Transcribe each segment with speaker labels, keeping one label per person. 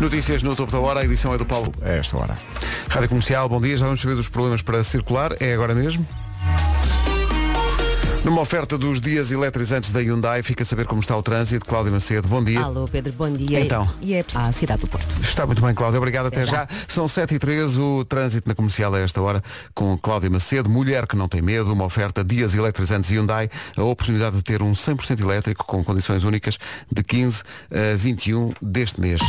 Speaker 1: Notícias no topo da hora, a edição é do Paulo a esta hora. Rádio Comercial, bom dia, já vamos saber dos problemas para circular, é agora mesmo. Numa oferta dos dias eletrizantes da Hyundai, fica a saber como está o trânsito. Cláudio Macedo, bom dia.
Speaker 2: Alô, Pedro, bom dia.
Speaker 1: Então.
Speaker 2: E é a cidade do Porto.
Speaker 1: Está muito bem, Cláudio. Obrigado até,
Speaker 2: Até
Speaker 1: já.
Speaker 2: já.
Speaker 1: São 7 e 13 o trânsito na comercial a esta hora com Cláudia Macedo, mulher que não tem medo, uma oferta dias eletrizantes Hyundai, a oportunidade de ter um 100% elétrico com condições únicas de 15 a 21 deste mês.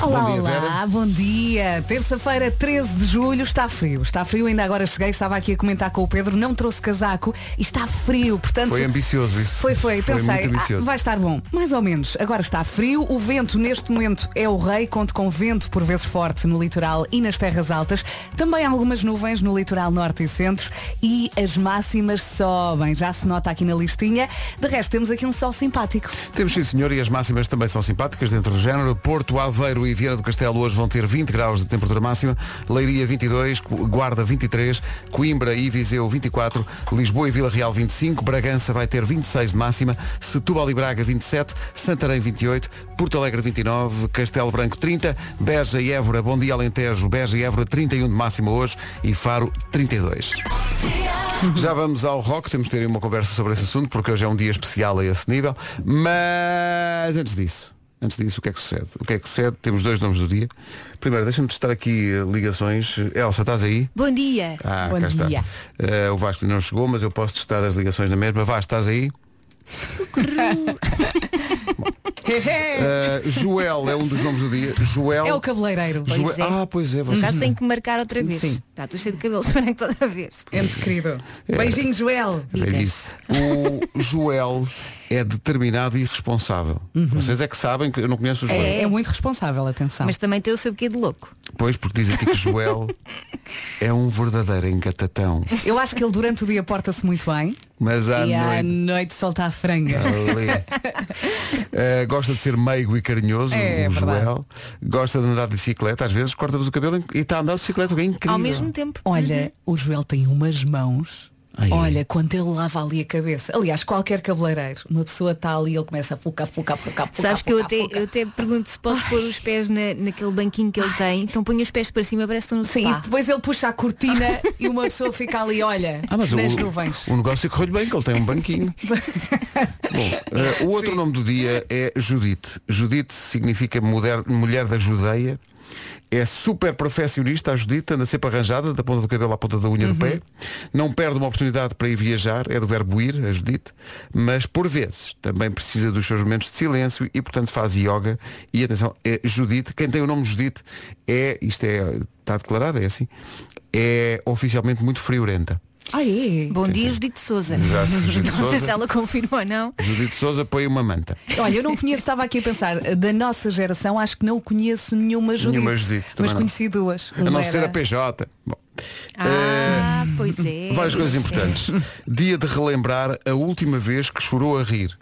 Speaker 3: Olá,
Speaker 1: Bom dia,
Speaker 3: olá, bom dia. Terça-feira, 13 de julho, está frio. Está frio, ainda agora cheguei, estava aqui a comentar com o Pedro, não trouxe casaco e está frio, portanto.
Speaker 1: Foi ambicioso isso.
Speaker 3: Foi, foi,
Speaker 1: Foi
Speaker 3: pensei,
Speaker 1: muito
Speaker 3: "Ah,
Speaker 1: ambicioso."
Speaker 3: vai estar bom, mais ou menos. Agora está frio, o vento neste momento é o rei, conto com vento por vezes forte no litoral e nas terras altas. Também há algumas nuvens no litoral norte e centro e as máximas sobem, já se nota aqui na listinha. De resto, temos aqui um sol simpático.
Speaker 1: Temos sim, senhor, e as máximas também são simpáticas dentro do género. Porto, Aveiro e Viana do Castelo hoje vão ter 20 graus de temperatura máxima, Leiria 22, Guarda 23, Coimbra e Viseu 24, Lisboa e Vila Real 25, Bragança vai ter 26 de máxima, Setúbal e Braga 27, Santarém 28, Porto Alegre 29, Castelo Branco 30, Beja e Évora, Bom Dia Alentejo, Beja e Évora 31 de máxima hoje e Faro 32. Já vamos ao rock, temos de ter uma conversa sobre esse assunto, porque hoje é um dia especial a esse nível. Mas antes disso, antes disso, o que é que sucede? O que é que sucede? Temos dois nomes do dia. Primeiro, deixa-me testar aqui eh, ligações. Elsa, estás aí?
Speaker 4: Bom dia.
Speaker 1: Ah,
Speaker 3: Bom
Speaker 1: cá está.
Speaker 3: dia.
Speaker 1: Eh, o Vasco não chegou, mas eu posso testar as ligações na mesma. Vasco, estás aí? Eh, Joel é um dos nomes do dia. Joel.
Speaker 3: É o cabeleireiro.
Speaker 4: Pois
Speaker 1: Joel-
Speaker 4: é.
Speaker 1: Ah, pois é,
Speaker 4: Por
Speaker 1: vocês
Speaker 4: acaso tenho que marcar outra vez.
Speaker 3: Sim.
Speaker 4: Já estou cheio de cabelos brancos outra vez.
Speaker 3: Entre querido. Beijinho, Joel.
Speaker 1: É isso. O Joel é determinado e responsável. Vocês é que sabem que eu não conheço o Joel.
Speaker 3: Uhum. É muito responsável, atenção.
Speaker 4: Mas também tem o seu quê de louco.
Speaker 1: Pois, porque diz aqui que Joel é um verdadeiro engatatão.
Speaker 3: Eu acho que ele durante o dia porta-se muito bem
Speaker 1: Mas à
Speaker 3: e à
Speaker 1: noite.
Speaker 3: noite solta a franga.
Speaker 1: ali. Eh, gosta de ser meigo e carinhoso,
Speaker 3: É,
Speaker 1: o
Speaker 3: é verdade.
Speaker 1: Joel. Gosta de andar de bicicleta, às vezes corta-vos o cabelo e está a andar de bicicleta, o que é incrível.
Speaker 4: Ao mesmo tempo.
Speaker 3: Olha, o Joel tem umas mãos.
Speaker 1: Ai, ai.
Speaker 3: Olha, quando ele lava ali a cabeça. Aliás, qualquer cabeleireiro, uma pessoa está ali e ele começa a fuca, fuca, fuca, fuca.
Speaker 4: Sabes que eu
Speaker 3: fuca,
Speaker 4: até,
Speaker 3: fuca.
Speaker 4: eu até pergunto se posso pôr os pés na, naquele banquinho que ele tem. Então ponho os pés para cima, parece que estou no
Speaker 3: Sim, e
Speaker 4: sofá.
Speaker 3: depois ele puxa a cortina e uma pessoa fica ali, olha,
Speaker 1: Ah, mas o,
Speaker 3: nas nuvens.
Speaker 1: o negócio correu-lhe bem, que ele tem um banquinho. Bom, eh, o outro nome do dia é Judite. Judite significa mulher, mulher da Judeia. É super perfeccionista, a Judite anda sempre arranjada, da ponta do cabelo à ponta da unha do pé. Não perde uma oportunidade para ir viajar, é do verbo ir, a Judite. Mas, por vezes, também precisa dos seus momentos de silêncio e, portanto, faz yoga. E, atenção, é Judite, quem tem o nome Judite é, isto é, está declarado, é assim, é oficialmente muito friorenta.
Speaker 3: Ah, é?
Speaker 4: Bom dia, Judite Souza.
Speaker 1: Exato, Judite
Speaker 4: Não sei
Speaker 1: Sousa.
Speaker 4: se ela confirma ou não.
Speaker 1: Judite Souza põe uma manta.
Speaker 3: Olha, eu não conheço, estava aqui a pensar, da nossa geração acho que não conheço nenhuma Judite.
Speaker 1: Nenhuma Judite, também
Speaker 3: mas
Speaker 1: não.
Speaker 3: conheci duas.
Speaker 1: a não
Speaker 3: Uma
Speaker 1: ser
Speaker 3: era-
Speaker 1: a PJ. Bom. eh,
Speaker 4: Ah, pois é.
Speaker 1: Várias coisas importantes. Dia de relembrar a última vez que chorou a rir.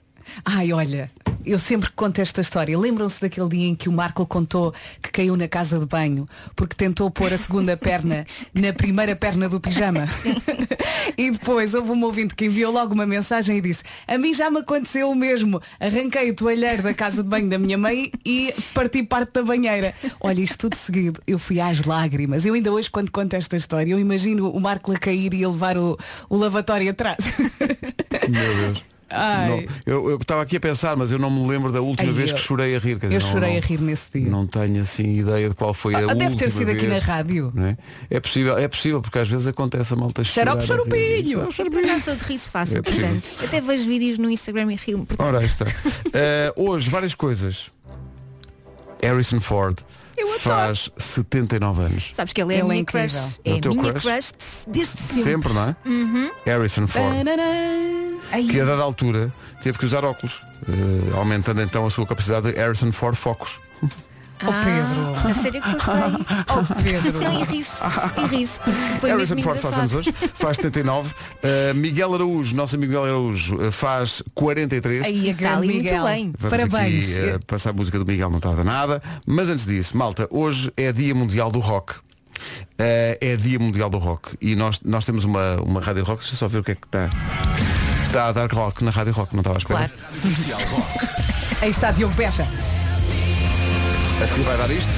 Speaker 3: Ai, olha, eu sempre que conto esta história. Lembram-se daquele dia em que o Marco contou que caiu na casa de banho porque tentou pôr a segunda perna na primeira perna do pijama? e depois houve um ouvinte que enviou logo uma mensagem e disse a mim já me aconteceu o mesmo. Arranquei o toalheiro da casa de banho da minha mãe e parti parte da banheira. Olha, isto tudo seguido. Eu fui às lágrimas. Eu ainda hoje, quando conto esta história, eu imagino o Marco a cair e a levar o, o lavatório atrás.
Speaker 1: Meu Deus.
Speaker 3: Ai.
Speaker 1: Não, eu eu estava aqui a pensar, mas eu não me lembro da última
Speaker 3: Ai,
Speaker 1: vez
Speaker 3: eu-
Speaker 1: que chorei a rir. Quer dizer,
Speaker 3: eu
Speaker 1: não-
Speaker 3: chorei
Speaker 1: não-
Speaker 3: a rir nesse dia.
Speaker 1: Não tenho assim ideia de qual foi a
Speaker 3: Ah,
Speaker 1: última
Speaker 3: deve ter sido aqui
Speaker 1: vez.
Speaker 3: na rádio.
Speaker 1: Não É? É possível, é possível, porque às vezes acontece a malta chorar.
Speaker 3: Xarope,
Speaker 1: a rir.
Speaker 3: xaropinho!
Speaker 4: Eu É por acaso sou de riso fácil,
Speaker 1: É possível.
Speaker 4: portanto. Até vejo vídeos no Instagram e rio
Speaker 1: Ora, aí está. Eh, hoje, várias coisas. Harrison Ford
Speaker 4: Eu adoro.
Speaker 1: faz 79 anos.
Speaker 4: Sabes que ele é
Speaker 3: Ele
Speaker 4: a
Speaker 3: é
Speaker 4: minha
Speaker 3: incrível.
Speaker 4: crush.
Speaker 1: É o
Speaker 4: É
Speaker 1: teu
Speaker 4: a minha
Speaker 1: crush?
Speaker 4: crush de- desde sempre.
Speaker 1: Sempre, não é?
Speaker 4: Uhum.
Speaker 1: Harrison Ford.
Speaker 3: Ai,
Speaker 1: que a dada altura teve que usar óculos, eh, aumentando então a sua capacidade de Harrison Ford Focus.
Speaker 3: Oh, Pedro.
Speaker 4: Ah, a sério que foste bem.
Speaker 3: Oh Pedro.
Speaker 4: Não, e ri-se. E ri-se, porque foi
Speaker 1: Harrison
Speaker 4: mesmo
Speaker 1: Ford faz anos
Speaker 4: engraçado.
Speaker 1: hoje, faz 79. Eh, Miguel Araújo, nosso amigo Miguel Araújo, eh, faz 43.
Speaker 3: Aí
Speaker 4: Está
Speaker 3: a grande
Speaker 4: ali muito
Speaker 3: Miguel.
Speaker 4: bem.
Speaker 1: Vamos
Speaker 3: Parabéns.
Speaker 1: aqui eh, passar a música do Miguel, não tarda nada. Mas antes disso, malta, hoje é Dia Mundial do Rock. Eh, é Dia Mundial do Rock. E nós, nós temos uma, uma Rádio Rock, deixa eu só ver o que é que está. Está a dar rock na Rádio Rock, não estava à espera.
Speaker 4: Claro.
Speaker 3: Aí está Diogo Beja.
Speaker 1: A seguir vai dar isto.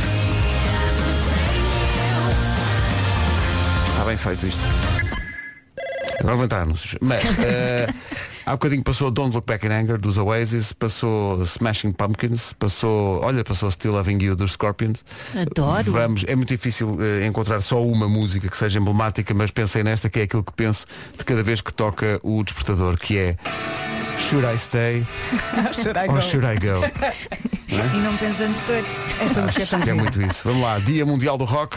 Speaker 1: Está bem feito isto. Agora vão entrar anúncios. Mas eh, há bocadinho passou Don't Look Back in Anger dos Oasis, passou Smashing Pumpkins, passou, olha, passou Still Loving You dos Scorpions.
Speaker 2: Adoro.
Speaker 1: Vamos, é muito difícil eh, encontrar só uma música que seja emblemática, mas pensei nesta que é aquilo que penso de cada vez que toca o despertador, que é Should I Stay
Speaker 3: Chorar
Speaker 1: or
Speaker 3: igual.
Speaker 1: Should I Go? é?
Speaker 4: E não pensamos todos.
Speaker 3: Esta música é tão
Speaker 1: Que é
Speaker 3: gira.
Speaker 1: muito isso. Vamos lá, Dia Mundial do Rock.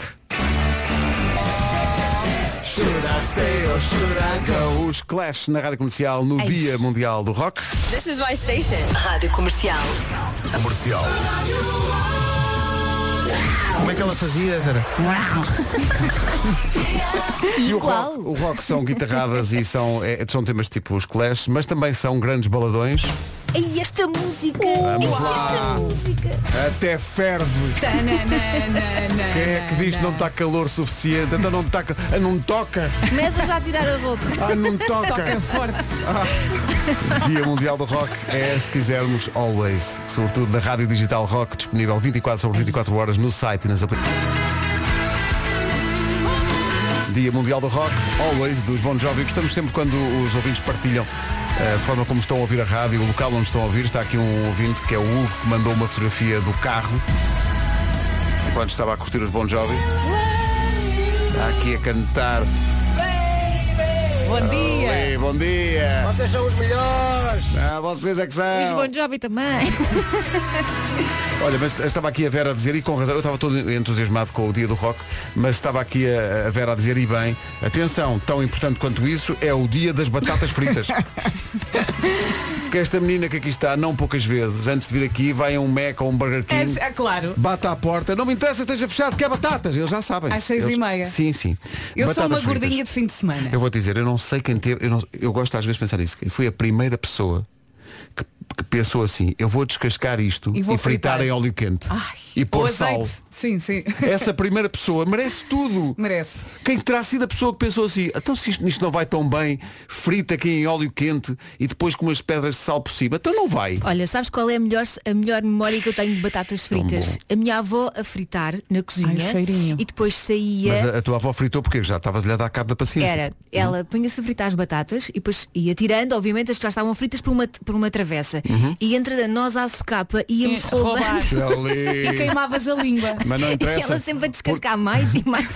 Speaker 1: Os Clash na Rádio Comercial no Dia Mundial do Rock.
Speaker 5: This is my station.
Speaker 2: Rádio Comercial.
Speaker 1: Comercial. Como é que ela fazia, Vera? E o rock, o rock são guitarradas e são, é, são temas tipo os Clash, mas também são grandes baladões.
Speaker 4: E esta música!
Speaker 1: Vamos lá. Até ferve. Quem é que diz que não está calor suficiente? Ainda não está. ca- Ah, não toca.
Speaker 4: Começa já a tirar a roupa.
Speaker 1: Ah, não toca.
Speaker 3: é Forte.
Speaker 1: Dia Mundial do Rock é, se quisermos, always. Sobretudo na Rádio Digital Rock, disponível 24 sobre 24 horas no site e nas aplicações. Dia Mundial do Rock, always, dos Bon Jovi. Gostamos sempre quando os ouvintes partilham eh, a forma como estão a ouvir a rádio, o local onde estão a ouvir. Está aqui um ouvinte que é o Hugo, que mandou uma fotografia do carro enquanto estava a curtir os Bon Jovi. Está aqui a cantar.
Speaker 3: Bom dia.
Speaker 1: Ei, bom dia! Vocês são os melhores! Ah, vocês é que são!
Speaker 4: Os Bon Jovi também.
Speaker 1: Olha, mas estava aqui a Vera a dizer, e com razão, eu estava todo entusiasmado com o dia do rock, mas estava aqui a, a Vera a dizer, e bem, atenção, tão importante quanto isso é o dia das batatas fritas. Porque esta menina que aqui está, não poucas vezes, antes de vir aqui, vai a um Mac ou um Burger King.
Speaker 3: É, é claro.
Speaker 1: Bata à porta, não me interessa, esteja fechado, quer batatas, eles já sabem.
Speaker 3: Às seis e
Speaker 1: Eles-
Speaker 3: meia.
Speaker 1: Sim, sim.
Speaker 3: Eu sou
Speaker 1: Batatas
Speaker 3: uma
Speaker 1: fritas.
Speaker 3: gordinha de fim de semana.
Speaker 1: Eu vou te dizer, eu não sei quem teve. Eu, não- eu gosto às vezes de pensar nisso. que Foi a primeira pessoa que, que pensou assim, eu vou descascar isto e,
Speaker 3: E vou
Speaker 1: fritar.
Speaker 3: fritar.
Speaker 1: em óleo quente.
Speaker 3: Ai,
Speaker 1: e
Speaker 3: ou
Speaker 1: pôr sal.
Speaker 3: azeite. Sim, sim.
Speaker 1: Essa primeira pessoa merece tudo.
Speaker 3: Merece.
Speaker 1: Quem terá sido a pessoa que pensou assim, então se isto, isto não vai tão bem, frita aqui em óleo quente e depois com umas pedras de sal por cima, então não vai.
Speaker 3: Oh,
Speaker 4: Olha, sabes qual é a melhor, a melhor memória que eu tenho de batatas fritas? A minha avó a fritar na cozinha
Speaker 3: Ai, o cheirinho.
Speaker 4: e depois saía.
Speaker 1: Mas eh, Uhum. a, a tua avó fritou porque já estavas-lhe a dar cabo da paciência.
Speaker 4: Era, ela punha-se a fritar as batatas e depois ia tirando, obviamente as que já estavam fritas por uma, por uma travessa.
Speaker 1: Uhum.
Speaker 4: E entre nós à socapa íamos
Speaker 3: E
Speaker 4: roubando.
Speaker 3: É, roubar.
Speaker 1: Ali.
Speaker 3: E queimavas a língua.
Speaker 1: Mas não
Speaker 4: E
Speaker 1: interessa.
Speaker 4: ela sempre a descascar mais e mais.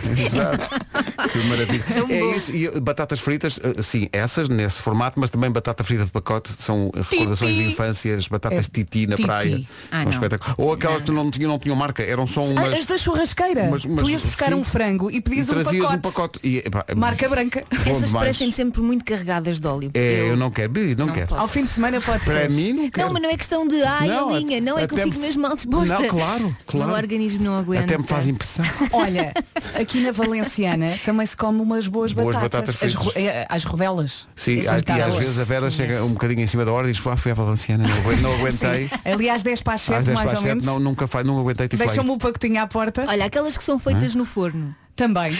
Speaker 1: Que maravilha.
Speaker 4: Tão bom.
Speaker 1: É isso, e eu- batatas fritas, eh, sim, essas nesse formato, mas também batata frita de pacote, são eh, recordações de infância, as batatas
Speaker 3: É,
Speaker 1: titi na
Speaker 3: titi.
Speaker 1: praia.
Speaker 4: Ah,
Speaker 1: são
Speaker 4: não.
Speaker 1: espetaculares. Ou aquelas que não tinham, não tinham marca, eram só
Speaker 3: Ah,
Speaker 1: umas.
Speaker 3: as da churrasqueira.
Speaker 1: umas- umas-
Speaker 3: tu ias buscar
Speaker 1: sim.
Speaker 3: um frango
Speaker 1: e
Speaker 3: e pedias um
Speaker 1: trazias
Speaker 3: pacote.
Speaker 1: um pacote. E, epá,
Speaker 3: Marca branca.
Speaker 1: bom
Speaker 4: Essas
Speaker 1: demais.
Speaker 4: parecem sempre muito carregadas de óleo.
Speaker 1: É, eu, não quero, Bi, não,
Speaker 4: não
Speaker 1: quero.
Speaker 4: posso.
Speaker 3: Ao fim de semana pode
Speaker 1: Para
Speaker 3: ser.
Speaker 1: mim não quero.
Speaker 4: Não, mas não é questão de ai
Speaker 1: Não,
Speaker 4: a linha, não é que eu
Speaker 1: até
Speaker 4: fico
Speaker 1: me-
Speaker 4: mesmo mal disposta.
Speaker 1: Não, claro, claro.
Speaker 4: O organismo não aguenta.
Speaker 1: Até me faz impressão.
Speaker 3: Olha, aqui na Valenciana também se come umas boas,
Speaker 1: Boas batatas
Speaker 3: batatas.
Speaker 1: fritas.
Speaker 3: as, ro- eh, as rodelas.
Speaker 1: Sim,
Speaker 3: Essas
Speaker 1: e às
Speaker 3: daquelas.
Speaker 1: vezes a Vera chega um bocadinho em cima da hora e diz, "Vá, fui à Valenciana, não, agu- não aguentei.
Speaker 3: Aliás, 10 para as 7,
Speaker 1: Às 10
Speaker 3: mais
Speaker 1: para as
Speaker 3: ou
Speaker 1: 7,
Speaker 3: menos. um
Speaker 1: não, nunca faz, não aguentei. Tipo, lá,
Speaker 3: Deixam-me o pacotinho à porta.
Speaker 4: Olha, aquelas que são
Speaker 1: é?
Speaker 4: feitas no forno,
Speaker 3: Também.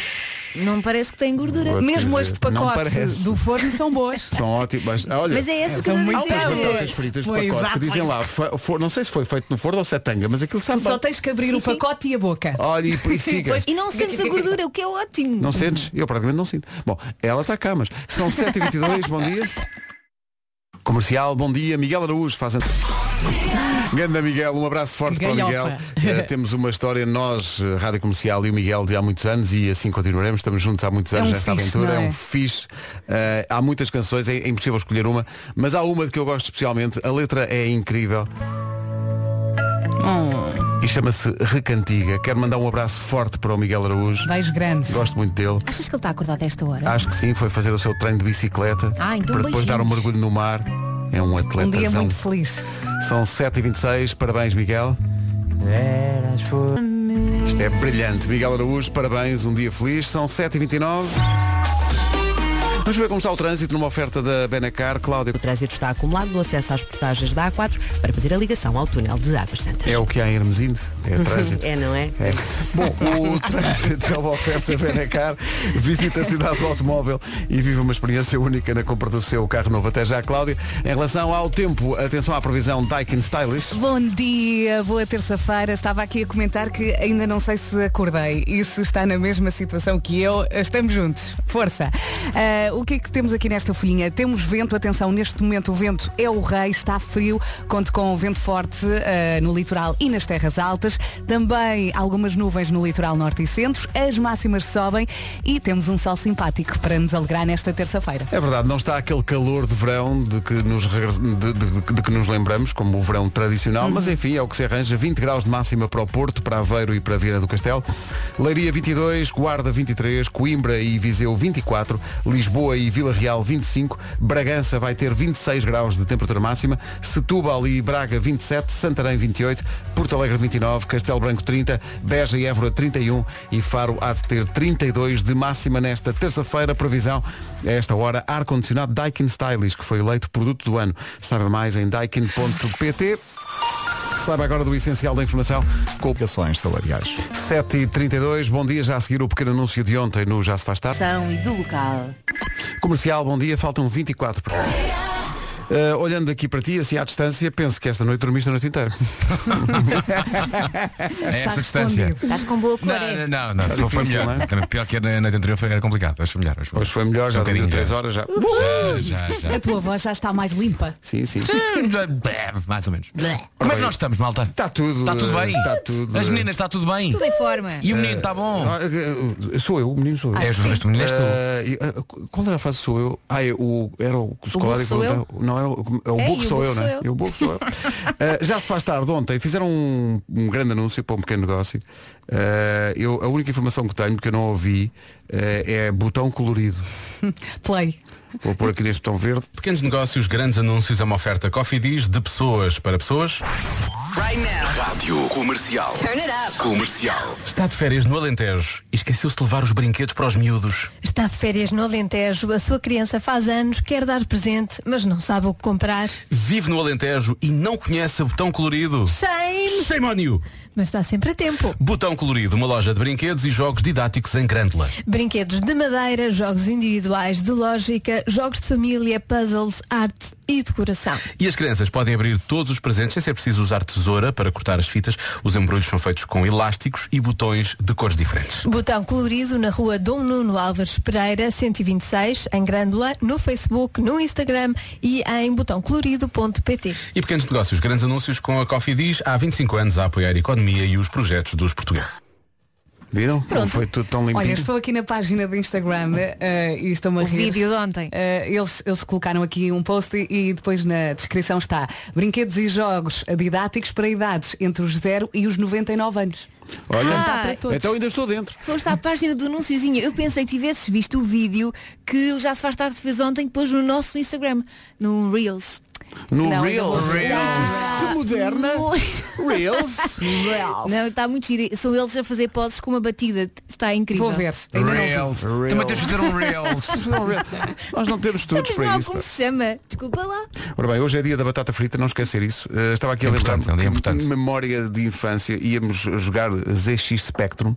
Speaker 4: não parece que têm gordura.
Speaker 1: Vou-te
Speaker 3: Mesmo
Speaker 1: dizer,
Speaker 3: as de
Speaker 1: não
Speaker 3: pacote
Speaker 1: parece.
Speaker 3: do forno são boas.
Speaker 1: São ótimos. Mas, olha,
Speaker 4: Mas é essas que eu
Speaker 3: são
Speaker 4: estou a
Speaker 3: muito
Speaker 1: Altas
Speaker 3: Pois é.
Speaker 4: dizer.
Speaker 1: batatas fritas de
Speaker 3: Pois,
Speaker 1: pacote que
Speaker 3: exato.
Speaker 1: dizem lá, fa- for- não sei se foi feito no forno ou se é tanga, mas aquilo
Speaker 3: Tu
Speaker 1: sabe.
Speaker 3: só
Speaker 1: bem.
Speaker 3: tens que abrir
Speaker 4: Sim,
Speaker 3: o
Speaker 4: sim.
Speaker 3: pacote e a boca.
Speaker 1: Olha e, e siga.
Speaker 3: Pois-
Speaker 4: E não sentes a gordura, o que é ótimo.
Speaker 1: Não sentes? Eu praticamente não sinto. Bom, ela está cá, mas são 7h22, bom dia. Comercial, bom dia. Miguel Araújo faz ante- Ganda Miguel, um abraço forte para o Miguel.
Speaker 3: Galhofa.
Speaker 1: Eh, temos uma história, nós, eh, Rádio Comercial e o Miguel, de há muitos anos e assim continuaremos. Estamos juntos há muitos anos
Speaker 3: um
Speaker 1: nesta
Speaker 3: fixe,
Speaker 1: aventura.
Speaker 3: não
Speaker 1: É
Speaker 3: é?
Speaker 1: um fixe. Eh, há muitas canções, é, é impossível escolher uma, mas há uma de que eu gosto especialmente. A letra é incrível.
Speaker 3: Hum.
Speaker 1: E chama-se Recantiga. Quero mandar um abraço forte para o Miguel Araújo.
Speaker 3: Vais grande.
Speaker 1: Gosto muito dele.
Speaker 4: Achas que ele está acordado a esta hora?
Speaker 1: Acho que sim, foi fazer o seu treino de bicicleta
Speaker 4: Ah, então
Speaker 1: para depois
Speaker 4: beijinhos.
Speaker 1: dar um mergulho no mar. É um atleta.
Speaker 3: Um dia muito feliz.
Speaker 1: São 7h26, parabéns Miguel. Isto é brilhante. Miguel Araújo, parabéns, um dia feliz. São 7h29. Vamos ver como está o trânsito numa oferta da Benacar. Cláudia,
Speaker 2: O trânsito está acumulado no acesso às portagens da A4 para fazer a ligação ao túnel de Águas Santas.
Speaker 1: é o que há em Hermesinde? É trânsito.
Speaker 2: É, não é?
Speaker 1: É. Bom, o trânsito é uma oferta Benacar. Visita a cidade do automóvel e vive uma experiência única na compra do seu carro novo. Até já, Cláudia. Em relação ao tempo, atenção à previsão Daikin Stylish.
Speaker 3: Bom dia, boa terça-feira. Estava aqui a comentar que ainda não sei se acordei e se está na mesma situação que eu. Estamos juntos. Força! Ah, o que é que temos aqui nesta folhinha? Temos vento, atenção, neste momento o vento é o rei, está frio, conto com vento forte ah, no litoral e nas terras altas. Também algumas nuvens no litoral norte e centro. As máximas sobem e temos um sol simpático para nos alegrar nesta terça-feira.
Speaker 1: É verdade, não está aquele calor de verão de que nos, regre- de, de- de que nos lembramos, como o verão tradicional, mas enfim, é o que se arranja. 20 graus de máxima para o Porto, para Aveiro e para Vieira do Castelo. Leiria 22, Guarda 23, Coimbra e Viseu 24, Lisboa e Vila Real 25, Bragança vai ter 26 graus de temperatura máxima, Setúbal e Braga 27, Santarém 28, Porto Alegre 29, Castelo Branco 30, Beja e Évora 31 e Faro há de ter 32 de máxima nesta terça-feira. Previsão a esta hora ar-condicionado Daikin Stylish, que foi eleito produto do ano. Saiba mais em daikin.pt. Saiba agora do essencial da informação com o
Speaker 5: Aplicações salariais.
Speaker 1: 7h32. Bom dia, já a seguir o pequeno anúncio de ontem no Já se faz tarde.
Speaker 4: São e do local.
Speaker 1: Comercial, bom dia, faltam 24 para. Eh, olhando aqui para ti, assim à distância, penso que esta noite dormiste a noite inteira.
Speaker 6: É essa distância.
Speaker 4: Estás com boa cor. é?
Speaker 6: Não, não, não, não. Foi
Speaker 1: difícil,
Speaker 6: melhor.
Speaker 7: é?
Speaker 6: Pior que na noite anterior foi, era complicado. Hoje foi melhor. Hoje
Speaker 1: Hoje foi melhor, já
Speaker 6: Um
Speaker 1: dormiu
Speaker 6: bocadinho,
Speaker 1: 3
Speaker 6: já.
Speaker 1: horas já.
Speaker 6: Já, já, já.
Speaker 3: A tua voz já está mais limpa.
Speaker 1: Sim, sim.
Speaker 6: Mais ou menos. Como é que nós estamos, malta?
Speaker 7: Tá
Speaker 1: Está tudo.
Speaker 6: Está Tá tudo
Speaker 1: eh,
Speaker 6: bem?
Speaker 1: Está tudo.
Speaker 6: As
Speaker 1: eh,
Speaker 6: meninas está tudo bem?
Speaker 4: Tudo em forma.
Speaker 6: E o menino está bom?
Speaker 1: ah, eh, sou eu, o menino sou eu.
Speaker 6: É, jornalista, o menino és tu.
Speaker 1: Eh, e, ah, qual era a frase sou eu? Ah, é, o, era o que o
Speaker 4: burro
Speaker 1: Scolari
Speaker 4: sou
Speaker 1: perguntava. Não, era o, é, o
Speaker 4: É,
Speaker 1: burro
Speaker 4: e o
Speaker 1: sou eu,
Speaker 4: burro
Speaker 1: não é?
Speaker 4: sou eu.
Speaker 1: E o burro sou eu. Eh, já se faz tarde ontem, fizeram um, um grande anúncio para um pequeno negócio. Eh, eu, a única informação que tenho, que eu não ouvi, eh, é botão colorido.
Speaker 3: Play.
Speaker 1: Vou pôr aqui neste botão verde.
Speaker 7: Pequenos negócios, grandes anúncios, é uma oferta Coffee Diz de pessoas para pessoas.
Speaker 8: Rádio Comercial. Comercial.
Speaker 7: Está de férias no Alentejo e esqueceu-se de levar os brinquedos para os miúdos.
Speaker 9: Está de férias no Alentejo, a sua criança faz anos, quer dar presente, mas não sabe o que comprar.
Speaker 7: Vive no Alentejo e não conhece o botão colorido.
Speaker 9: Shame!
Speaker 7: Shame on you!
Speaker 9: Mas está sempre a tempo.
Speaker 7: Botão Colorido, uma loja de brinquedos e jogos didáticos em Grândola.
Speaker 9: Brinquedos de madeira, jogos individuais, de lógica, jogos de família, puzzles, arte e decoração.
Speaker 7: E as crianças podem abrir todos os presentes sem ser preciso usar tesoura para cortar as fitas. Os embrulhos são feitos com elásticos e botões de cores diferentes.
Speaker 9: Botão colorido na rua Dom Nuno Álvares Pereira, 126, em Grândola, no Facebook, no Instagram e em botãocolorido.pt.
Speaker 7: E pequenos negócios, grandes anúncios com a Coffee Diz há 25 anos a apoiar a economia e os projetos dos portugueses.
Speaker 1: Viram? Como foi tudo tão limpinho.
Speaker 3: Olha, estou aqui na página do Instagram eh, e estou-me a
Speaker 4: O
Speaker 3: rir.
Speaker 4: vídeo de ontem.
Speaker 1: É.
Speaker 3: Eh, eles, eles colocaram aqui um post e, e depois na descrição está Brinquedos e jogos didáticos para idades entre os 0 e os 99 anos.
Speaker 1: Olha,
Speaker 4: Ah, Dá para todos.
Speaker 1: então ainda estou dentro.
Speaker 4: Foste à página do anúnciozinho. Eu pensei que tivesses visto o vídeo que o Já Se Faz Tarde fez ontem, que pôs no nosso Instagram, no Reels.
Speaker 1: No
Speaker 3: Não, ainda vou
Speaker 1: Reels.
Speaker 4: Ah,
Speaker 1: Que moderna.
Speaker 4: muito.
Speaker 1: Reels.
Speaker 4: Não, está muito giro. São eles a fazer poses com uma batida. Está incrível.
Speaker 3: Vou ver. Ainda não vi.
Speaker 6: Reels. Também temos de fazer um Reels.
Speaker 1: Não, Reels. Nós não temos estudos
Speaker 4: Mas não
Speaker 1: para
Speaker 4: há
Speaker 1: isso.
Speaker 4: como se chama. Desculpa lá.
Speaker 1: Ora bem, hoje é dia da batata frita, não esquecer isso. Eh, estava aqui a lembrar
Speaker 6: Importante, é um dia importante.
Speaker 1: memória de infância, íamos jogar ZX Spectrum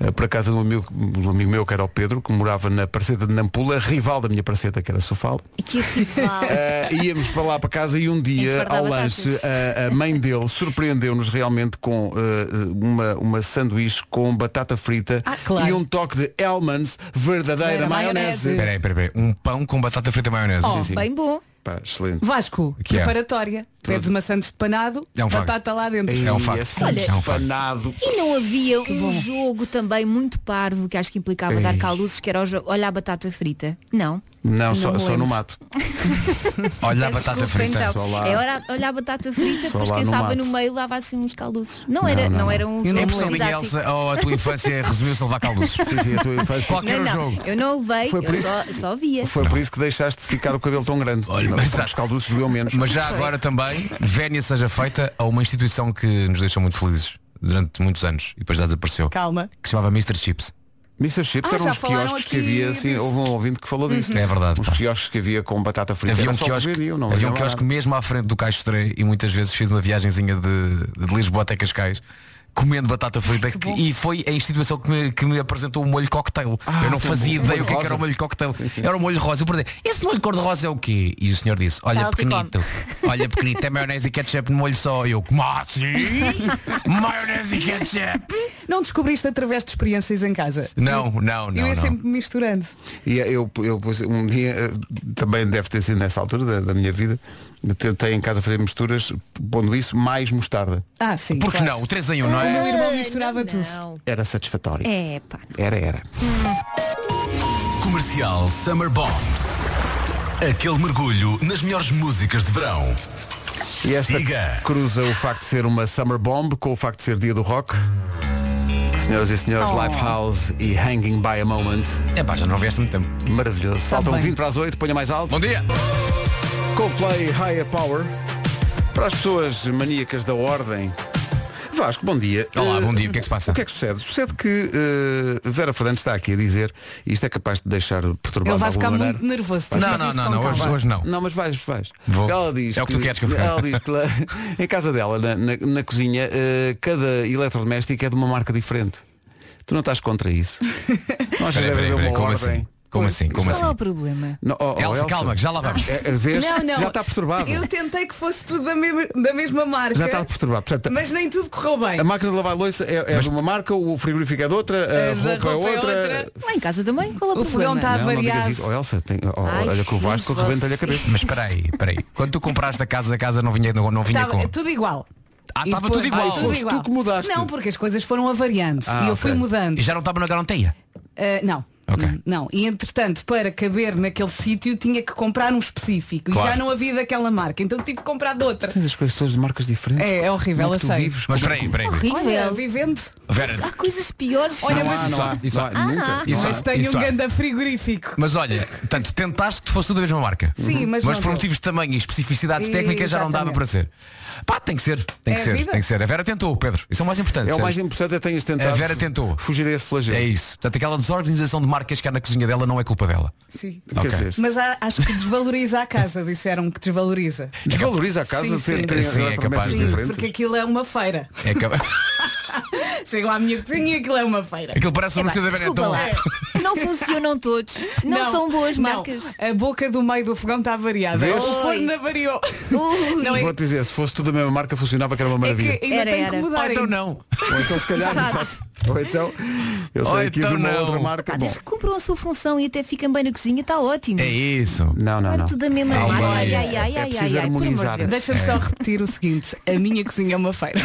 Speaker 1: eh, para casa de um amigo, de um amigo meu que era o Pedro, que morava na Parceta de Nampula, rival da minha Parceta, que era Sofal.
Speaker 4: Que rival.
Speaker 1: Eh, íamos para lá para casa e um dia,
Speaker 4: Enfardar
Speaker 1: ao
Speaker 4: batatas.
Speaker 1: lanche, a, a mãe dele surpreendeu-nos realmente com eh, uma, uma sanduíche com batata frita
Speaker 3: Ah, claro.
Speaker 1: e um toque de Hellmann's verdadeira
Speaker 3: Verdadeira
Speaker 1: maionese.
Speaker 3: maionese.
Speaker 6: Peraí, peraí, peraí. Um pão com batata frita e maionese.
Speaker 4: Oh, bem bom.
Speaker 1: Pá, excelente.
Speaker 3: Vasco,
Speaker 6: Que é?
Speaker 3: preparatória. Pedes maçãs de panado,
Speaker 6: É um facto.
Speaker 3: batata lá dentro.
Speaker 6: É um
Speaker 1: Ei,
Speaker 6: facto.
Speaker 1: esse
Speaker 4: Olha,
Speaker 6: é um facto.
Speaker 1: empanado.
Speaker 4: E não havia um jogo também muito parvo que acho que implicava dar caluzes, que era o jogo, olha a batata frita. Não.
Speaker 1: Não, só,
Speaker 4: me
Speaker 1: só no
Speaker 4: lembro.
Speaker 1: mato.
Speaker 6: Olha a
Speaker 4: Peço
Speaker 6: batata
Speaker 4: desculpa,
Speaker 6: frita.
Speaker 4: então.
Speaker 1: só lá.
Speaker 4: É hora, olha a batata frita,
Speaker 1: Só
Speaker 4: depois
Speaker 1: lá
Speaker 4: quem
Speaker 1: no
Speaker 4: estava
Speaker 1: mato.
Speaker 4: no meio levava assim uns caluzes. Não era, não, era um
Speaker 3: Eu não
Speaker 6: A
Speaker 4: jogo
Speaker 6: impressão minha,
Speaker 4: didático.
Speaker 6: Elsa, ou a tua infância resumiu-se a levar caldos.
Speaker 1: Sim, sim, a tua infância-
Speaker 6: Qual que era
Speaker 4: Não,
Speaker 6: o
Speaker 4: não,
Speaker 6: jogo?
Speaker 4: eu não o levei,
Speaker 1: Foi por
Speaker 4: eu só, só via.
Speaker 1: Foi por isso que deixaste ficar o cabelo tão grande.
Speaker 6: Olha,
Speaker 1: Não,
Speaker 6: mas-
Speaker 1: porque os calduços doeu menos.
Speaker 6: Mas já agora também, vénia seja feita a uma instituição que nos deixou muito felizes durante muitos anos e depois já desapareceu.
Speaker 3: Calma.
Speaker 6: Que se chamava Mr. Chips.
Speaker 1: Mr. Chips
Speaker 3: Ah,
Speaker 1: eram
Speaker 3: já
Speaker 1: uns
Speaker 3: falaram
Speaker 1: quiosques que
Speaker 3: aqui
Speaker 1: havia, assim,
Speaker 3: disso. Uhum.
Speaker 1: houve um ouvinte que falou disso.
Speaker 6: É verdade,
Speaker 1: Uns
Speaker 6: pá.
Speaker 1: quiosques que havia com batata frita.
Speaker 6: Havia um
Speaker 1: Era só
Speaker 6: quiosque,
Speaker 1: comer e eu não
Speaker 6: havia um
Speaker 1: olhava
Speaker 6: quiosque
Speaker 1: nada.
Speaker 6: mesmo à frente do Cais de Estoril e muitas vezes fiz uma viagenzinha de, de Lisboa até Cascais comendo batata frita que- e foi a instituição que me, que me apresentou o molho cocktail. eu não
Speaker 1: Ah, que
Speaker 6: fazia
Speaker 1: bom.
Speaker 6: ideia o que, é que
Speaker 1: Molho
Speaker 6: era o molho cocktail.
Speaker 1: Sim, sim.
Speaker 6: Era o molho rosa. Eu perguntei, esse molho cor-de-rosa é o quê? E o senhor disse, olha
Speaker 4: Ela te
Speaker 6: pequenito, olha pequenito, é maionese e ketchup no molho só. E eu, como assim? maionese e ketchup?
Speaker 3: Não descobriste através de experiências em casa?
Speaker 6: Não, não, não.
Speaker 3: eu ia
Speaker 6: não.
Speaker 3: sempre misturando.
Speaker 1: E eu, eu pois, um dia, eh, também deve ter sido nessa altura da, da minha vida, tentei em casa fazer misturas, pondo isso, mais mostarda.
Speaker 3: Ah, sim.
Speaker 6: Porque
Speaker 3: claro.
Speaker 6: não? O 3 em 1, não
Speaker 3: O meu
Speaker 6: é?
Speaker 3: irmão
Speaker 4: Ah,
Speaker 3: misturava
Speaker 4: não,
Speaker 3: tudo.
Speaker 4: não.
Speaker 1: Era satisfatório.
Speaker 4: É, pá.
Speaker 1: Era, era.
Speaker 8: Comercial Summer Bombs. Aquele mergulho nas melhores músicas de verão.
Speaker 1: E esta
Speaker 8: Siga.
Speaker 1: cruza o facto de ser uma summer bomb com o facto de ser dia do rock. Senhoras e senhores, Lifehouse e Hanging by a Moment.
Speaker 6: É pá, já não veste muito tempo.
Speaker 1: Maravilhoso. Faltam 20 para as 8, ponha mais alto.
Speaker 6: Bom dia!
Speaker 1: Coldplay Higher Power. Para as pessoas maníacas da ordem. Vasco, bom dia.
Speaker 6: Olá,
Speaker 1: Eh,
Speaker 6: bom dia, o que é que se passa?
Speaker 1: O que é que sucede? Sucede que eh, Vera Fernandes está aqui a dizer, e isto é capaz de deixar perturbado
Speaker 3: Ele
Speaker 1: de
Speaker 3: vai
Speaker 1: alguma
Speaker 3: ficar
Speaker 1: maneira.
Speaker 3: muito nervoso. Então, tens
Speaker 6: Não,
Speaker 3: que fazer
Speaker 6: não,
Speaker 3: isso
Speaker 6: não,
Speaker 3: com
Speaker 6: não, hoje,
Speaker 3: calma.
Speaker 6: hoje não.
Speaker 1: Não, mas vais, vais.
Speaker 6: Vou.
Speaker 1: Ela diz
Speaker 6: É o que tu queres que eu faça.
Speaker 1: Ela diz que lá, em casa dela, na, na- na cozinha, eh, cada eletrodoméstico é de uma marca diferente. Tu não estás contra isso? Não achas que
Speaker 6: Peraí, peraí,
Speaker 1: deve haver
Speaker 6: peraí,
Speaker 1: uma
Speaker 6: como
Speaker 1: ordem?
Speaker 6: assim? Como assim? Como
Speaker 4: Qual é o
Speaker 6: assim?
Speaker 4: problema?
Speaker 1: Não, oh, oh,
Speaker 6: Elsa, calma, que já lá vamos.
Speaker 1: É, é, vês?
Speaker 3: Não, não.
Speaker 1: Já está perturbado.
Speaker 3: Eu tentei que fosse tudo da mesma, da mesma marca.
Speaker 1: Já está perturbado. Portanto,
Speaker 3: Mas nem tudo correu bem.
Speaker 1: a máquina de lavar louça é, é de uma marca, o frigorífico é de outra, a
Speaker 3: É, da
Speaker 1: roupa, é
Speaker 3: roupa é
Speaker 1: outra.
Speaker 3: outra.
Speaker 4: Lá em casa também? Qual é o,
Speaker 3: O fogão
Speaker 4: problema?
Speaker 3: está
Speaker 1: Não, não digas
Speaker 3: variado.
Speaker 1: isso. Oh, Elsa, tem- oh,
Speaker 4: Ai,
Speaker 1: olha que o Vasco
Speaker 4: filhos,
Speaker 1: rebenta-lhe a
Speaker 4: vocês.
Speaker 1: cabeça.
Speaker 6: Mas espera aí, espera aí. Quando tu compraste a casa, a casa não vinha, não, não vinha
Speaker 3: Estava
Speaker 6: com.
Speaker 3: é tudo igual.
Speaker 6: Ah,
Speaker 3: E
Speaker 6: estava
Speaker 3: depois-
Speaker 6: tudo igual.
Speaker 3: Ah,
Speaker 1: Foste tu que mudaste.
Speaker 3: Não, porque as coisas foram avariando.
Speaker 1: Ah,
Speaker 3: e eu
Speaker 1: ok.
Speaker 3: fui mudando.
Speaker 6: E já não estava na garantia.
Speaker 3: Ah, não.
Speaker 6: Ok.
Speaker 3: Hum, Não. E entretanto, para caber naquele sítio, tinha que comprar um específico.
Speaker 6: Claro.
Speaker 3: E já não havia daquela marca. Então tive que comprar de outra.
Speaker 1: Tens as coisas todas de marcas diferentes.
Speaker 3: É, é horrível,
Speaker 1: Como é
Speaker 3: eu
Speaker 1: que tu
Speaker 3: sei.
Speaker 1: vives?
Speaker 6: Mas espera aí, espera aí.
Speaker 3: Olha,
Speaker 4: Horrível.
Speaker 3: vivendo.
Speaker 6: Vera,
Speaker 4: Há coisas piores. Ah,
Speaker 3: Olha,
Speaker 1: Não
Speaker 3: mas-
Speaker 1: há, não há.
Speaker 6: Isso há,
Speaker 1: Não há, nunca.
Speaker 6: isso
Speaker 3: Mas
Speaker 6: há,
Speaker 3: tenho
Speaker 6: isso
Speaker 3: um
Speaker 6: há.
Speaker 3: ganda frigorífico.
Speaker 6: Mas olha, tanto tentaste que fosse tudo a mesma marca.
Speaker 3: Sim, mas não
Speaker 6: por
Speaker 3: deu.
Speaker 6: motivos de tamanho e especificidades técnicas já não dava
Speaker 3: Exatamente.
Speaker 6: para ser. Pá, tem que ser, tem
Speaker 3: É
Speaker 6: que
Speaker 3: a
Speaker 6: ser,
Speaker 3: vida.
Speaker 6: tem que ser. A Vera tentou, Pedro. Isso é o mais importante.
Speaker 1: É o
Speaker 6: percebes?
Speaker 1: mais importante é tenhas tentado
Speaker 6: A Vera tentou.
Speaker 1: fugir a esse flagelo.
Speaker 6: É isso. Portanto, aquela desorganização de marcas que há na cozinha dela não é culpa dela.
Speaker 3: Sim.
Speaker 1: Quer
Speaker 6: Ok.
Speaker 1: dizer,
Speaker 3: Mas há- acho que desvaloriza a casa, disseram que desvaloriza.
Speaker 1: desvaloriza a casa
Speaker 3: Sim,
Speaker 1: de ter
Speaker 3: sim.
Speaker 1: ter
Speaker 6: Sim, é capaz
Speaker 1: eletrodomésticos
Speaker 6: de-
Speaker 3: Sim,
Speaker 1: diferentes.
Speaker 3: porque aquilo é uma feira.
Speaker 6: É que...
Speaker 3: Chego à minha cozinha e aquilo é uma feira.
Speaker 6: Aquilo parece o
Speaker 4: Epá,
Speaker 6: anúncio
Speaker 1: é
Speaker 6: da Vera
Speaker 4: desculpa
Speaker 6: então.
Speaker 4: lá. Não funcionam todos. Não, são boas
Speaker 3: não.
Speaker 4: marcas.
Speaker 3: A boca do meio do fogão está variada.
Speaker 1: Vês?
Speaker 3: O forno variou.
Speaker 4: Ui.
Speaker 3: Não é,
Speaker 1: Vou-te dizer, se fosse tudo a mesma marca, funcionava que era uma
Speaker 3: é
Speaker 1: maravilha.
Speaker 3: que ainda
Speaker 4: Era,
Speaker 3: tem
Speaker 4: era.
Speaker 3: que mudar.
Speaker 6: Ou então
Speaker 3: ainda.
Speaker 6: não.
Speaker 1: Ou então, se calhar,
Speaker 4: Exato.
Speaker 1: exato. Ou então, eu
Speaker 6: Ou
Speaker 1: sei aqui de
Speaker 6: então
Speaker 1: uma
Speaker 6: não.
Speaker 1: outra marca.
Speaker 3: Ah,
Speaker 4: Pá,
Speaker 1: é Bom,
Speaker 4: desde que cumpram a sua função e até ficam bem na cozinha, está ótimo.
Speaker 6: É isso.
Speaker 1: não, não,
Speaker 4: Agora
Speaker 1: não.
Speaker 4: tudo a mesma
Speaker 6: Calma
Speaker 4: marca.
Speaker 6: aí.
Speaker 4: Ai, ai, ai,
Speaker 1: É
Speaker 4: ai,
Speaker 1: preciso
Speaker 4: ai, ai, por amor
Speaker 1: harmonizar.
Speaker 4: de Deus.
Speaker 3: Deixa-me só repetir o seguinte. A minha cozinha é uma feira.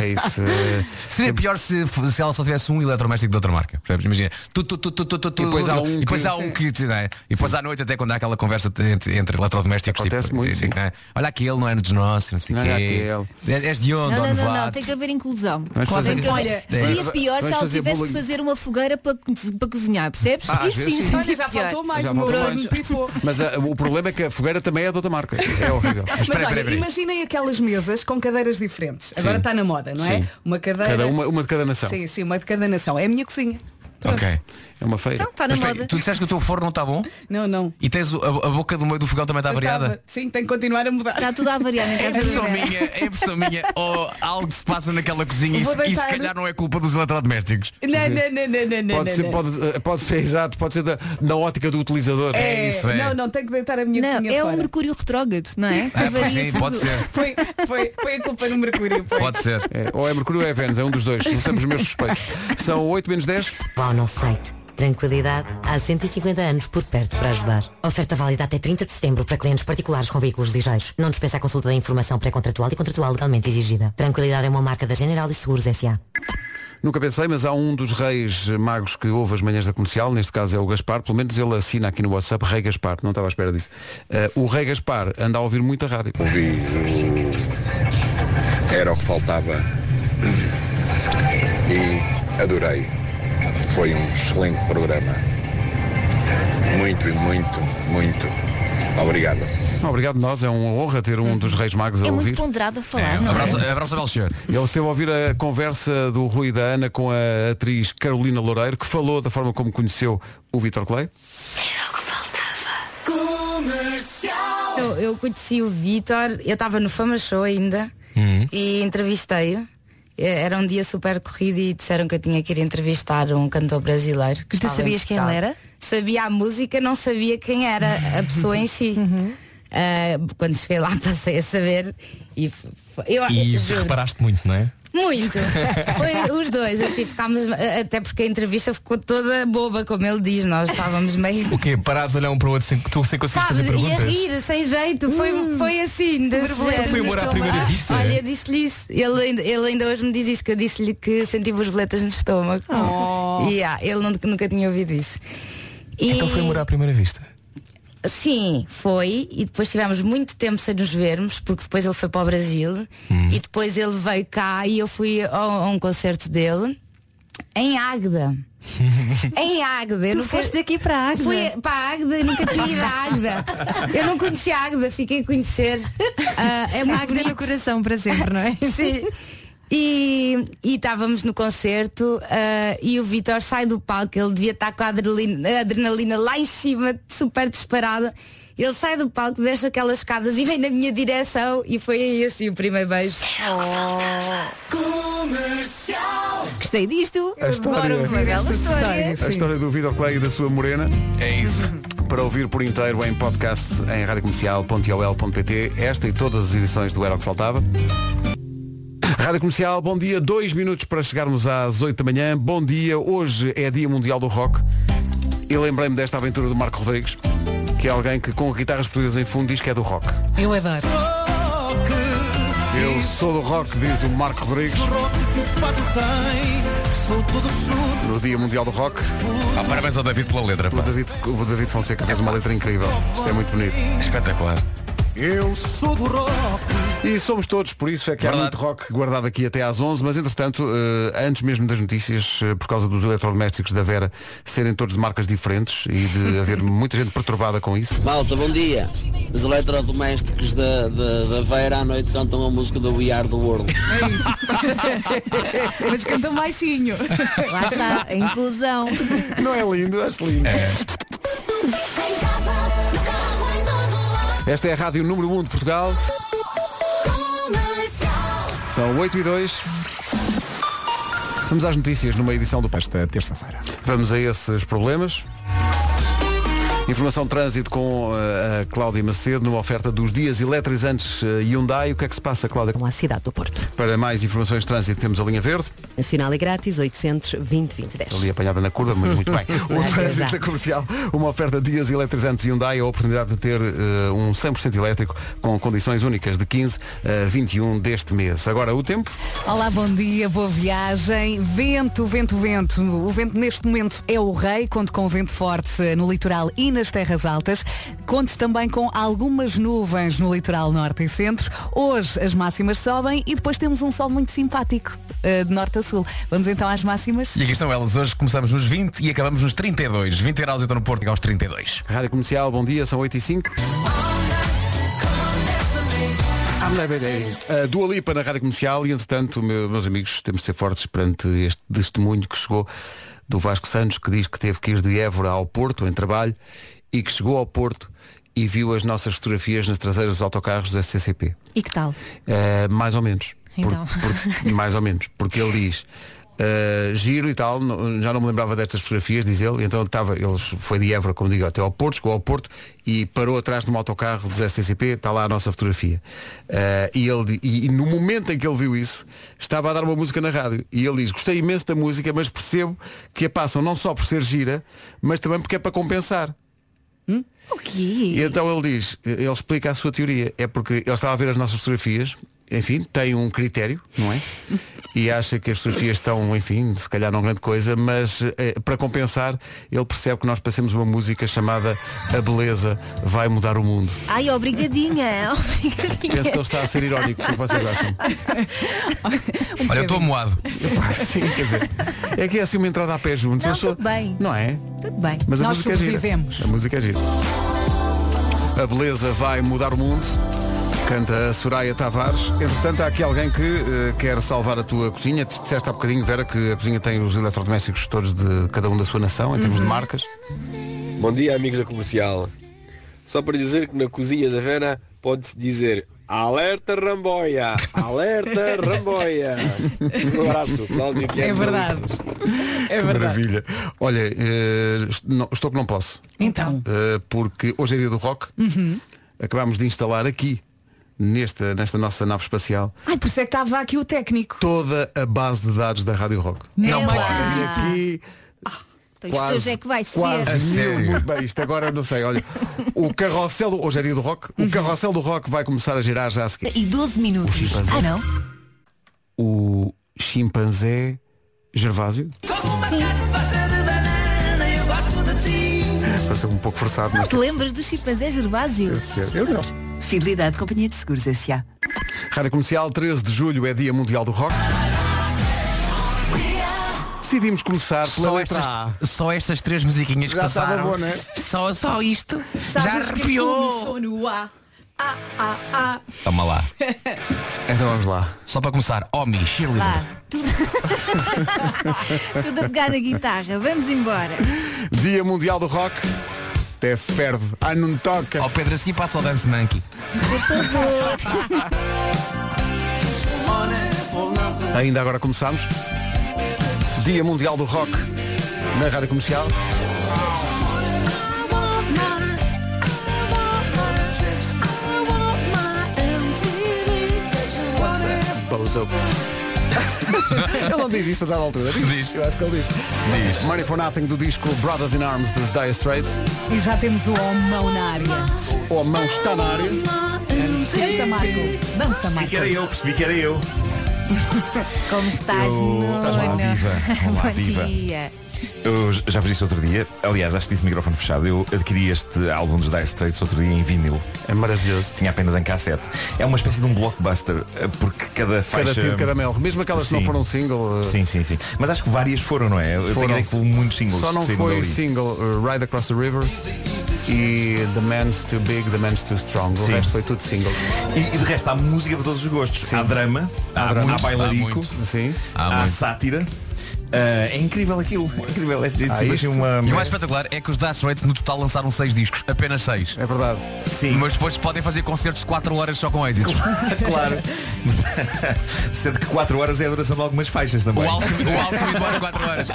Speaker 1: É isso. eh,
Speaker 6: Seria pior se, se ela só tivesse um eletrodoméstico de outra marca. percebes? Imagina. Tu, tu, tu, tu, tu, tu, tu,
Speaker 1: E depois há um
Speaker 6: e depois
Speaker 1: que-
Speaker 6: há um que, não é? E depois à noite até quando há aquela conversa entre, entre eletrodomésticos.
Speaker 1: Acontece muito,
Speaker 6: e-
Speaker 1: sim.
Speaker 6: não é? Olha aquele, não é dos nossos, não sei o
Speaker 1: Não é
Speaker 6: quê. É- És de onde,
Speaker 4: Não, não,
Speaker 6: onde
Speaker 4: não,
Speaker 6: vá?
Speaker 4: não, tem que haver inclusão.
Speaker 1: Vamos fazer-
Speaker 4: Tem que haver-
Speaker 1: Olha, vamos-
Speaker 4: seria pior se
Speaker 1: vamos
Speaker 4: ela
Speaker 1: fazer
Speaker 4: tivesse
Speaker 1: bullying.
Speaker 4: que fazer uma fogueira para, para cozinhar, percebes?
Speaker 1: Ah, às
Speaker 4: Isso
Speaker 1: vezes
Speaker 4: sim,
Speaker 1: sim.
Speaker 4: seria
Speaker 3: Olha, já
Speaker 4: pior.
Speaker 3: faltou mais.
Speaker 1: Já
Speaker 3: o meu
Speaker 1: faltou
Speaker 3: forno
Speaker 1: mais.
Speaker 3: Tipo, pifou.
Speaker 1: Mas ah, o problema é que a fogueira também é de outra marca. É horrível.
Speaker 3: Mas
Speaker 6: espera,
Speaker 3: olha,
Speaker 6: espera, espera.
Speaker 3: imaginem aquelas mesas com cadeiras diferentes. Agora
Speaker 1: Sim.
Speaker 3: está na moda, não é?
Speaker 1: Sim.
Speaker 3: Uma cadeira.
Speaker 1: Cada uma, uma de cada nação.
Speaker 3: Sim, sim, uma de cada nação. É a minha cozinha. Pronto.
Speaker 6: Ok.
Speaker 1: É uma feira.
Speaker 4: Então, está na
Speaker 6: Mas
Speaker 4: moda.
Speaker 6: espera, tu disseste que o teu forno não está bom
Speaker 3: Não, não.
Speaker 6: e tens o- a, a boca do meio do fogão também está
Speaker 3: Eu
Speaker 6: variada.
Speaker 3: tava- Sim, tem que continuar a mudar.
Speaker 4: Está Tá tudo a variar na
Speaker 6: É
Speaker 4: casa da
Speaker 6: impressão
Speaker 4: Vera.
Speaker 6: minha, é impressão minha, ou algo se passa naquela cozinha e,
Speaker 3: Vou
Speaker 6: se- e se
Speaker 3: deitar-
Speaker 6: calhar não é culpa dos eletrodomésticos.
Speaker 3: Não, não, não, não, não, não,
Speaker 1: Pode ser,
Speaker 3: não.
Speaker 1: pode, eh, pode ser exato, pode ser da, na ótica do utilizador.
Speaker 6: É isso, é.
Speaker 3: Não, não, tenho que deitar a minha
Speaker 4: Não,
Speaker 3: cozinha
Speaker 4: é o
Speaker 3: fora.
Speaker 4: Mercúrio retrógrado, não é?
Speaker 6: Ah, pois
Speaker 4: Varia
Speaker 6: sim,
Speaker 4: tudo.
Speaker 6: pode ser.
Speaker 3: Foi, foi, foi a culpa no Mercúrio. foi.
Speaker 6: Pode ser.
Speaker 1: É, ou é Mercúrio ou é Vênus, é um dos dois. Não somos os meus suspeitos. São 8 menos 10.
Speaker 5: Vá ao nosso site. Tranquilidade há 150 anos por perto para ajudar. Oferta válida até 30 de setembro para clientes particulares com veículos ligeiros. Não dispensa a consulta da informação pré-contratual e contratual legalmente exigida. Tranquilidade é uma marca da General e Seguros S.A.
Speaker 1: Nunca pensei, mas há um dos reis magos que ouve as manhãs da comercial, neste caso é o Gaspar, pelo menos ele assina aqui no WhatsApp Rei Gaspar, não estava à espera disso. Eh, o Rei Gaspar anda a ouvir muita rádio.
Speaker 10: Era o que faltava. E adorei. Foi um excelente programa. Muito e muito, muito obrigado.
Speaker 1: Não, obrigado nós, é uma honra ter um dos Reis Magos a
Speaker 4: É
Speaker 1: ouvir.
Speaker 4: muito ponderado a falar, não
Speaker 1: abraço-
Speaker 4: é?
Speaker 6: Abraço ao senhor.
Speaker 1: Ele esteve a ouvir a conversa do Rui e da Ana com a atriz Carolina Loureiro, que falou da forma como conheceu o Vitor Clay.
Speaker 11: Comercial. Eu, eu conheci o Vitor, eu estava no Fama Show ainda
Speaker 12: Uhum.
Speaker 11: e entrevistei-o. E- Era um dia super corrido e disseram que eu tinha que ir entrevistar um cantor brasileiro. Que
Speaker 12: E tu
Speaker 11: estava em
Speaker 12: sabias quem
Speaker 11: Portugal.
Speaker 12: ele era?
Speaker 11: Sabia a música, não sabia quem era a pessoa em si. Ah, quando cheguei lá passei a saber e f- f- eu
Speaker 13: E
Speaker 11: juro.
Speaker 13: reparaste muito, não é?
Speaker 11: Muito. Foi os dois, assim, ficámos, eh, até porque a entrevista ficou toda boba, como ele diz, nós estávamos meio.
Speaker 13: O quê? Parados a olhar um para o outro sem, tu, sem conseguir
Speaker 11: Sabes,
Speaker 13: fazer
Speaker 11: e a
Speaker 13: perguntas?
Speaker 11: rir, sem jeito, foi, foi assim. desse
Speaker 13: borboletas
Speaker 11: género.
Speaker 13: Hum. Foi amor à primeira
Speaker 11: Ah,
Speaker 13: vista,
Speaker 11: Olha,
Speaker 13: é?
Speaker 11: eu disse-lhe isso. Ele, ainda- ele ainda hoje me diz isso, que eu disse-lhe que senti borboletas no estômago. E ah, ele não- nunca tinha ouvido isso. E-
Speaker 13: Oh. Então foi amor à primeira vista.
Speaker 11: Sim, foi. E depois tivemos muito tempo sem nos vermos, porque depois ele foi para o Brasil e depois ele veio cá e eu fui a, a um concerto dele em Águeda. Em Águeda.
Speaker 12: Tu
Speaker 11: eu nunca-
Speaker 12: foste daqui para Águeda?
Speaker 11: Fui para Águeda, nunca tinha ido a Águeda. Eu não conhecia a Águeda, fiquei a conhecer. Ah, é muito
Speaker 12: Águeda no
Speaker 11: bonito.
Speaker 12: coração para sempre, não é?
Speaker 11: Sim. E e estávamos no concerto ah, e o Vitor sai do palco, ele devia estar com a adrenalina, a adrenalina lá em cima, super disparada. Ele sai do palco, deixa aquelas escadas e vem na minha direção e foi aí assim o primeiro beijo. Comercial!
Speaker 4: Gostei disto.
Speaker 1: A história,
Speaker 4: Adoro uma bela história.
Speaker 1: a história do Vitor Clay e da sua morena. É isso. Para ouvir por inteiro em podcast em radiocomercial.ol.pt esta e todas as edições do Era o que Faltava. Rádio Comercial, bom dia. Dois minutos para chegarmos às 8 da manhã. Bom dia. Hoje é Dia Mundial do Rock. E lembrei-me desta aventura do Marco Rodrigues, que é alguém que com guitarras portuguesas em fundo diz que é do rock.
Speaker 3: Eu adoro.
Speaker 1: Eu sou do rock, diz o Marco Rodrigues, no Dia Mundial do Rock.
Speaker 6: Ah, parabéns ao David pela letra.
Speaker 1: O David, o David Fonseca fez uma letra incrível. Isto é muito bonito.
Speaker 6: Espetacular.
Speaker 1: Eu sou do rock. E somos todos, por isso é que há muito rock guardado aqui até às 11, mas entretanto, eh, antes mesmo das notícias, eh, por causa dos eletrodomésticos da Vera serem todos de marcas diferentes e de haver muita gente perturbada com isso.
Speaker 14: Malta, bom dia. Os eletrodomésticos da, da, da Veira à noite cantam a música do We Are the World.
Speaker 3: Mas cantam baixinho.
Speaker 4: Lá está, a inclusão.
Speaker 1: Não é lindo, acho lindo. Esta é a Rádio Número 1 de Portugal. São 8 e 2. Vamos às notícias numa edição do Esta terça-feira. Vamos a esses problemas. Informação de trânsito com eh, a Cláudia Macedo numa oferta dos dias eletrizantes eh, Hyundai. O que é que se passa, Cláudia? Com
Speaker 2: a Então, cidade do Porto.
Speaker 1: Para mais informações de trânsito temos a linha verde.
Speaker 2: Nacional e grátis 820 2010.
Speaker 1: Ali apanhada na curva, mas muito bem.
Speaker 2: Nada,
Speaker 1: O trânsito
Speaker 2: nada.
Speaker 1: da comercial, uma oferta de dias eletrizantes Hyundai, a oportunidade de ter eh, um 100% elétrico com condições únicas de eh, 15 a 21 deste mês. Agora o tempo.
Speaker 3: Olá, bom dia, boa viagem. Vento, vento, vento. O vento neste momento é o rei, conto com vento forte eh, no litoral e nas terras altas. Conte também com algumas nuvens no litoral norte e centro. Hoje as máximas sobem e depois temos um sol muito simpático eh, de norte a sul. Vamos então às máximas?
Speaker 6: E aqui estão elas. Hoje começamos nos 20 e acabamos nos 32. 20 graus então no Porto e aos 32.
Speaker 1: Rádio Comercial, bom dia, são 8 e 5. Ah, A Dua Lipa na Rádio Comercial e, entretanto, meu- meus amigos, temos de ser fortes perante este testemunho que chegou do Vasco Santos, que diz que teve que ir de Évora ao Porto em trabalho e que chegou ao Porto e viu as nossas fotografias nas traseiras dos autocarros da CCP.
Speaker 4: E que tal?
Speaker 1: Eh, mais ou menos. Por-
Speaker 4: Então.
Speaker 1: por- mais ou menos. Porque ele diz. eh, giro e tal, não- já não me lembrava destas fotografias, diz ele, então estava, ele foi de Évora, como digo, até ao Porto, chegou ao Porto e parou atrás de um autocarro dos STCP, está tá lá a nossa fotografia. Eh, e, ele, di- e, e no momento em que ele viu isso, estava a dar uma música na rádio. E ele diz, gostei imenso da música, mas percebo que a passam não só por ser gira, mas também porque é para compensar.
Speaker 4: O quê?
Speaker 1: E então ele diz, ele explica a sua teoria, é porque ele estava a ver as nossas fotografias, enfim, tem um critério, não é? E acha que as fotografias estão, enfim, se calhar não grande coisa, mas eh, para compensar, ele percebe que nós passamos uma música chamada A Beleza Vai Mudar o Mundo.
Speaker 4: Ai, obrigadinha. obrigadinha.
Speaker 1: Penso que ele está a ser irónico, o que vocês acham?
Speaker 6: Olha, eu estou moado.
Speaker 1: Sim, quer dizer, é que é assim uma entrada a pé juntos.
Speaker 4: Não,
Speaker 1: Eu sou-
Speaker 4: tudo bem.
Speaker 1: Não é?
Speaker 4: Tudo bem.
Speaker 1: Mas a música é gira. A música é gira. A beleza vai mudar o mundo. Canta a Soraya Tavares. Entretanto, há aqui alguém que eh, quer salvar a tua cozinha. Te disseste há bocadinho, Vera, que a cozinha tem os eletrodomésticos todos de cada um da sua nação, em
Speaker 3: Uhum.
Speaker 1: termos de marcas.
Speaker 15: Bom dia, amigos da comercial. Só para dizer que na cozinha da Vera pode-se dizer alerta ramboia, alerta ramboia. Um abraço, Cláudio. que
Speaker 3: É
Speaker 15: de
Speaker 3: verdade. É
Speaker 1: Que
Speaker 3: verdade.
Speaker 1: maravilha. Olha, eh, est- não- estou que não posso.
Speaker 3: Então.
Speaker 1: Eh, porque hoje é dia do rock.
Speaker 3: Uhum.
Speaker 1: Acabámos de instalar aqui, nesta, nesta nossa nave espacial,
Speaker 3: Ai, por isso é que estava aqui o técnico.
Speaker 1: toda a base de dados da Rádio Rock.
Speaker 3: Não
Speaker 1: me
Speaker 3: acredito.
Speaker 1: Aqui,
Speaker 16: Então isto hoje é que vai ser.
Speaker 1: quase
Speaker 16: A
Speaker 1: mil,
Speaker 16: sério?
Speaker 1: muito bem, isto agora não sei, olha. O carrossel, do- hoje é dia do rock,
Speaker 16: Uhum.
Speaker 1: o carrossel do rock vai começar a girar já a seguir.
Speaker 4: E 12 minutos.
Speaker 1: chimpanzé.
Speaker 4: Ah, não?
Speaker 1: O chimpanzé Gervásio, pareceu um pouco forçado,
Speaker 4: Não
Speaker 1: mas
Speaker 4: te lembras do chimpanzé Gervásio?
Speaker 1: deve ser. Eu gosto.
Speaker 17: Fidelidade Companhia de Seguros S.A.
Speaker 1: Rádio Comercial, 13 de julho é Dia Mundial do Rock. Decidimos começar pela
Speaker 16: é
Speaker 6: Só
Speaker 1: letra
Speaker 6: estas,
Speaker 1: A.
Speaker 6: só estas três musiquinhas que
Speaker 1: Já estava
Speaker 6: passaram.
Speaker 1: bom, né?
Speaker 6: só, só isto. já
Speaker 3: Sabes que
Speaker 6: arrepiou.
Speaker 3: começou no A. A, A, A.
Speaker 6: Toma lá.
Speaker 1: Então vamos lá.
Speaker 6: Só para começar, oh, Omi, Shirley.
Speaker 4: Vá, tudo... Ah, tudo a pegar na guitarra. Vamos embora.
Speaker 1: Dia Mundial do Rock. Até ferve. Ah, não toca.
Speaker 6: Ó Pedro, a seguir passa o Dance Monkey.
Speaker 4: Por favor.
Speaker 1: Ainda agora começamos. Dia Mundial do Rock na Rádio Comercial. Bozo. ele não diz isso a dada altura. Diz. Eu acho que ele diz. Diz. Money for Nothing do disco Brothers in Arms dos Dire Straits.
Speaker 3: E já temos o homão na área.
Speaker 1: Ou a mão está na área.
Speaker 3: Canta, Marco. Dança, Marco.
Speaker 18: percebi que era eu.
Speaker 4: Como estás,
Speaker 18: Eu-
Speaker 4: Nuno?
Speaker 18: Estás lá viva. Olá,
Speaker 4: Bom
Speaker 18: viva.
Speaker 4: dia.
Speaker 18: Eu já fiz isso outro dia. Aliás, acho que disse microfone fechado. Eu adquiri este álbum dos Dire Straits outro dia em vinil.
Speaker 1: É maravilhoso.
Speaker 18: Tinha apenas em cassete. É uma espécie de um blockbuster, eh, porque cada faixa...
Speaker 1: Cada tiro, cada mel. Mesmo aquelas que não
Speaker 18: Sim.
Speaker 1: foram single. eh,
Speaker 18: Sim, sim, sim. Mas acho que várias foram, não é? Eu tenho
Speaker 1: Foram.
Speaker 18: ideia que houve muitos singles
Speaker 1: Só não
Speaker 18: que saíram
Speaker 1: foi
Speaker 18: dali.
Speaker 1: single uh, Ride Across the River e The Man's Too Big, The Man's Too Strong. O
Speaker 18: Sim.
Speaker 1: resto foi tudo single.
Speaker 18: E, e de resto há música para todos os gostos. Há drama, há,
Speaker 1: drama.
Speaker 18: há bailarico,
Speaker 1: Há muito. Ah, Sim.
Speaker 18: há, sátira. Ah, é incrível aquilo. É incrível. É, é, assim, uma...
Speaker 6: E o mais espetacular é que os Dice Rates no total lançaram seis discos, apenas seis.
Speaker 1: É verdade.
Speaker 18: Sim.
Speaker 6: Mas depois podem fazer concertos de 4 horas só com êxitos.
Speaker 18: claro. Sendo que 4 horas é a duração de algumas faixas também.
Speaker 6: O Alckmin o Alckmin demora 4 horas.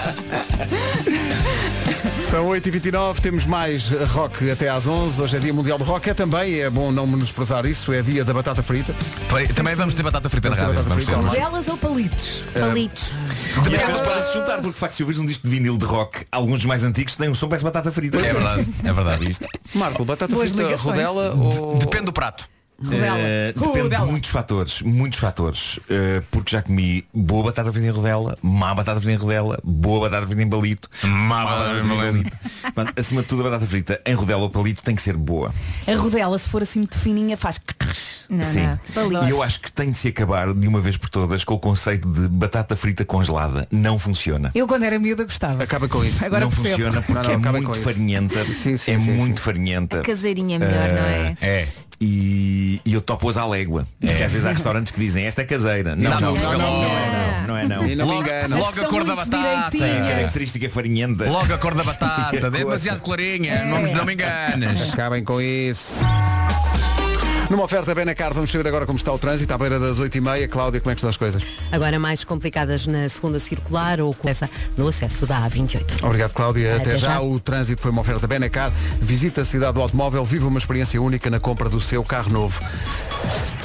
Speaker 1: São 8h29, temos mais rock até às 11 Hoje é dia mundial do rock, é também, é bom não menosprezar isso, é dia da batata frita.
Speaker 6: Também vamos ter batata frita na
Speaker 1: Vamos ter
Speaker 6: rádio.
Speaker 1: batata
Speaker 6: Vamos
Speaker 1: frita, é
Speaker 6: ter.
Speaker 1: vamos lá.
Speaker 3: Elas ou palitos?
Speaker 18: É.
Speaker 4: Palitos.
Speaker 18: E as coisas podem se juntar, porque de facto se ouvires um disco de vinil de rock, alguns dos mais antigos têm um som parece batata frita.
Speaker 1: É verdade,
Speaker 18: é verdade isto.
Speaker 1: Marco, batata frita rodela ou...
Speaker 6: Depende do prato.
Speaker 18: Eh, depende de muitos fatores, muitos fatores. Eh, porque já comi boa batata frita em rodela, má batata frita em rodela, boa batata frita em balito, má batata frita em balito. Portanto, acima de tudo a batata frita em rodela ou palito tem que ser boa.
Speaker 3: A rodela, se for assim muito fininha, faz.
Speaker 4: Não,
Speaker 18: Sim. E eu acho que tem de se acabar de uma vez por todas com o conceito de batata frita congelada. Não funciona.
Speaker 3: Eu quando era miúda gostava.
Speaker 1: Acaba com isso.
Speaker 3: Agora
Speaker 18: não
Speaker 3: percebo.
Speaker 18: funciona porque
Speaker 1: Não, não,
Speaker 18: é
Speaker 1: acaba com
Speaker 18: muito
Speaker 1: isso.
Speaker 18: farinhenta. é muito farinhenta.
Speaker 4: Caseirinha é melhor, não é?
Speaker 18: Ah, É. E, e eu topo-os à légua. Porque às vezes há restaurantes que dizem esta é caseira. Não, não, não, não, é, não, não é não.
Speaker 6: E não me Logo- enganam. logo Mas que a são cor da muito batata.
Speaker 18: Tem
Speaker 6: direitinhas.
Speaker 18: a característica é farinhenta.
Speaker 6: Logo a cor da batata, é demasiado clarinha, não, me- não me enganas.
Speaker 1: Acabem É. com isso. Numa oferta bem na cara, vamos saber agora como está o trânsito, à beira das 8h30. Cláudia, como é que estão as coisas?
Speaker 2: Agora mais complicadas na segunda circular ou com essa no acesso da A28.
Speaker 1: Obrigado, Cláudia. Até,
Speaker 2: Até
Speaker 1: já.
Speaker 2: já.
Speaker 1: O trânsito foi uma oferta Benacar. Visita a cidade do automóvel, viva uma experiência única na compra do seu carro novo.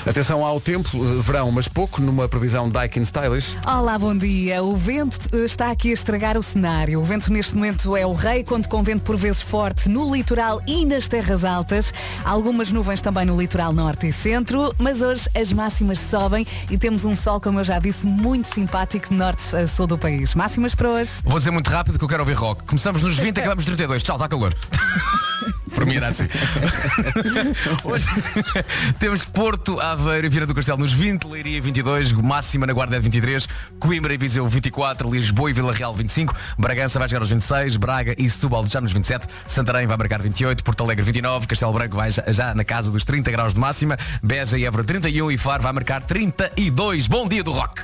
Speaker 1: Atenção ao tempo, eh, verão, mas pouco, numa previsão Daikin Stylish.
Speaker 3: Olá, bom dia. O vento eh, está aqui a estragar o cenário. O vento neste momento é o rei, conto com vento por vezes forte no litoral e nas terras altas. Algumas nuvens também no litoral norte e centro, mas hoje as máximas sobem e temos um sol, como eu já disse, muito simpático de norte a sul do país. Máximas para
Speaker 6: tá
Speaker 3: hoje.
Speaker 6: Vou dizer muito rápido que eu quero ouvir rock. Começamos nos 20, acabamos nos 32. Tchau, está calor. Dormida assim. Hoje temos Porto, Aveiro e Vieira do Castelo nos 20, Leiria 22, máxima na Guarda é 23, Coimbra e Viseu 24, Lisboa e Vila Real 25, Bragança vai chegar aos 26, Braga e Setúbal já nos 27, Santarém vai marcar 28, Porto Alegre 29, Castelo Branco vai já, já na casa dos 30 graus de máxima, Beja e Évora 31 e Faro vai marcar 32. Bom dia do rock!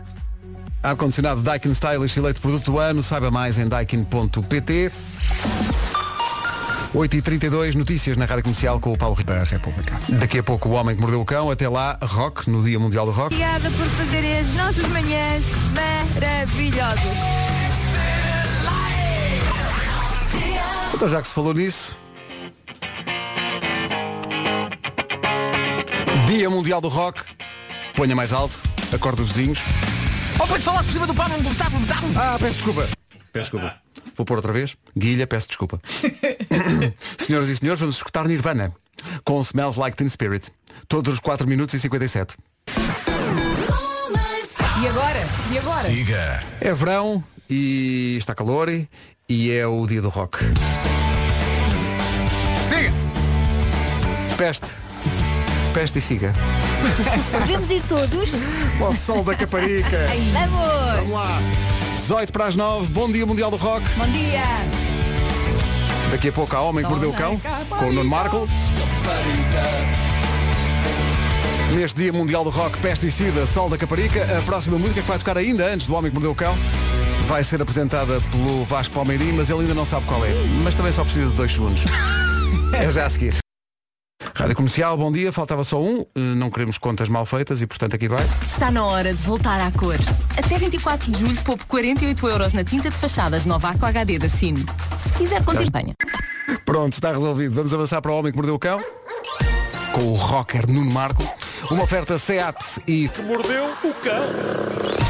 Speaker 1: Ar-condicionado Daikin Stylish eleito produto do ano. Saiba mais em daikin.pt. 8h32, notícias na Rádio Comercial com o Paulo Ribeiro da República. Daqui a pouco o Homem que Mordeu o Cão, até lá, Rock, no Dia Mundial do Rock.
Speaker 19: Obrigada por fazerem as nossas manhãs maravilhosas.
Speaker 1: Então já que se falou nisso. Dia Mundial do Rock, ponha mais alto, acorde os vizinhos.
Speaker 6: Oh, pode falar por cima do Pablo, tá,
Speaker 1: Ah, peço desculpa. Peço desculpa. Vou pôr outra vez. Guilha, peço desculpa. Senhoras e senhores, vamos escutar Nirvana com Smells Like Teen Spirit. Todos os 4 minutos e 57.
Speaker 3: E agora? E agora?
Speaker 1: É verão e está calor e é o dia do rock.
Speaker 6: Siga!
Speaker 1: Peste. Peste e siga.
Speaker 16: Podemos ir todos?
Speaker 1: Ao sol da Caparica.
Speaker 16: Vamos!
Speaker 1: Vamos lá! 18 para as 9, bom dia Mundial do Rock.
Speaker 3: Bom dia!
Speaker 1: Daqui a pouco há Homem que Mordeu o Cão, com o Nuno Marco. Neste Dia Mundial do Rock, pesticida, sol da Caparica, a próxima música que vai tocar ainda antes do Homem que Mordeu o Cão vai ser apresentada pelo Vasco Palmeirim, mas ele ainda não sabe qual é. Mas também só precisa de dois segundos. É já a seguir. Rádio Comercial, bom dia, faltava só um, eh, não queremos contas mal feitas e portanto aqui vai.
Speaker 20: Está na hora de voltar à cor. Até 24 de julho, poupe 48 euros na tinta de fachadas nova Aqua HD da Cine. Se quiser, continue.
Speaker 1: Pronto, está resolvido. Vamos avançar para o Homem que Mordeu o Cão. Com o rocker Nuno Marco. Uma oferta SEAT e... Que mordeu o cão.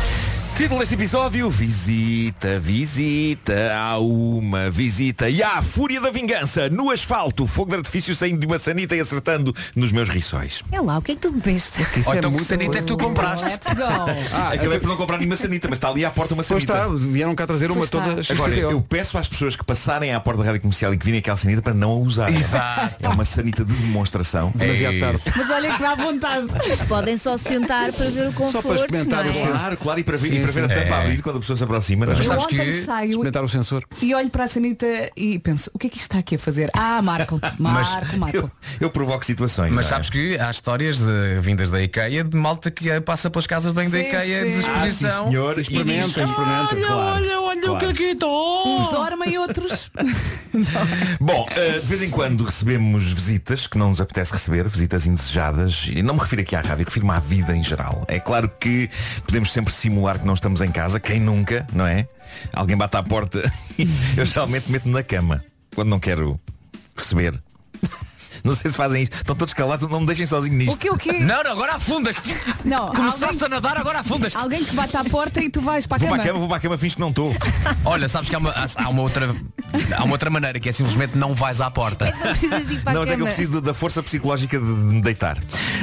Speaker 18: Título deste episódio, visita, visita, há uma visita e há a fúria da vingança no asfalto, fogo de artifício saindo de uma sanita e acertando nos meus riçóis.
Speaker 4: É lá, o que é que tu bebeste?
Speaker 18: Ou então que sanita é que tu compraste?
Speaker 1: Ah,
Speaker 18: Acabei por é não comprar nenhuma sanita, mas está ali à porta uma
Speaker 1: Pois
Speaker 18: sanita.
Speaker 1: está, vieram cá trazer uma
Speaker 18: Pois está.
Speaker 1: toda
Speaker 18: Agora,
Speaker 1: XPTO.
Speaker 18: eu peço às pessoas que passarem à porta da rádio comercial e que virem aquela sanita para não a usarem.
Speaker 1: Exato.
Speaker 18: É uma sanita de demonstração. É.
Speaker 1: Demasiado tarde.
Speaker 20: Mas olha que dá vontade. Mas podem só sentar para ver o conforto, não é?
Speaker 18: Claro, claro, e para ver,
Speaker 1: Sim,
Speaker 18: e para ver
Speaker 1: sim.
Speaker 18: a tampa
Speaker 1: É.
Speaker 18: abrir quando a pessoa se aproxima. não é?
Speaker 3: Mas sabes Eu ontem que- saio- experimentar
Speaker 1: o sensor.
Speaker 3: E olho para a Sanita e penso, o que é que isto está aqui a fazer? Ah, Marco, Marco, Marco.
Speaker 18: eu, eu provoco situações.
Speaker 6: Mas
Speaker 18: não é?
Speaker 6: sabes que há histórias de- vindas da IKEA de malta que eh, passa pelas casas bem da
Speaker 18: Sim,
Speaker 6: IKEA
Speaker 18: sim.
Speaker 6: de exposição.
Speaker 18: Ah, sim, senhor.
Speaker 6: E
Speaker 18: Experimenta,
Speaker 6: diz,
Speaker 18: experimenta,
Speaker 6: Olha,
Speaker 18: claro,
Speaker 6: olha, olha o que
Speaker 18: claro.
Speaker 6: aqui estou.
Speaker 3: Uns dormem, outros.
Speaker 18: Bom, eh, de vez em quando recebemos visitas que não nos apetece receber, visitas indesejadas, e não me refiro aqui à rádio, refiro-me à vida em geral. É claro que podemos sempre simular que não estamos em casa, quem nunca, não é? Alguém bate à porta e eu geralmente meto-me na cama quando não quero receber. Não sei se fazem isto. Estão todos calados, não me deixem sozinho nisto.
Speaker 3: O quê, o quê?
Speaker 6: Não, não, agora afundas-te.
Speaker 3: Não,
Speaker 6: Começaste a nadar, agora afundas-te.
Speaker 18: Ah.
Speaker 3: Alguém que bate à porta e tu vais para a
Speaker 18: Vou para
Speaker 3: cama.
Speaker 18: a cama, vou para a cama, fins que não estou.
Speaker 6: Olha, sabes que há uma, há uma outra há uma outra maneira que é simplesmente não vais à porta.
Speaker 18: não, mas é que eu preciso do- da força psicológica de de me deitar.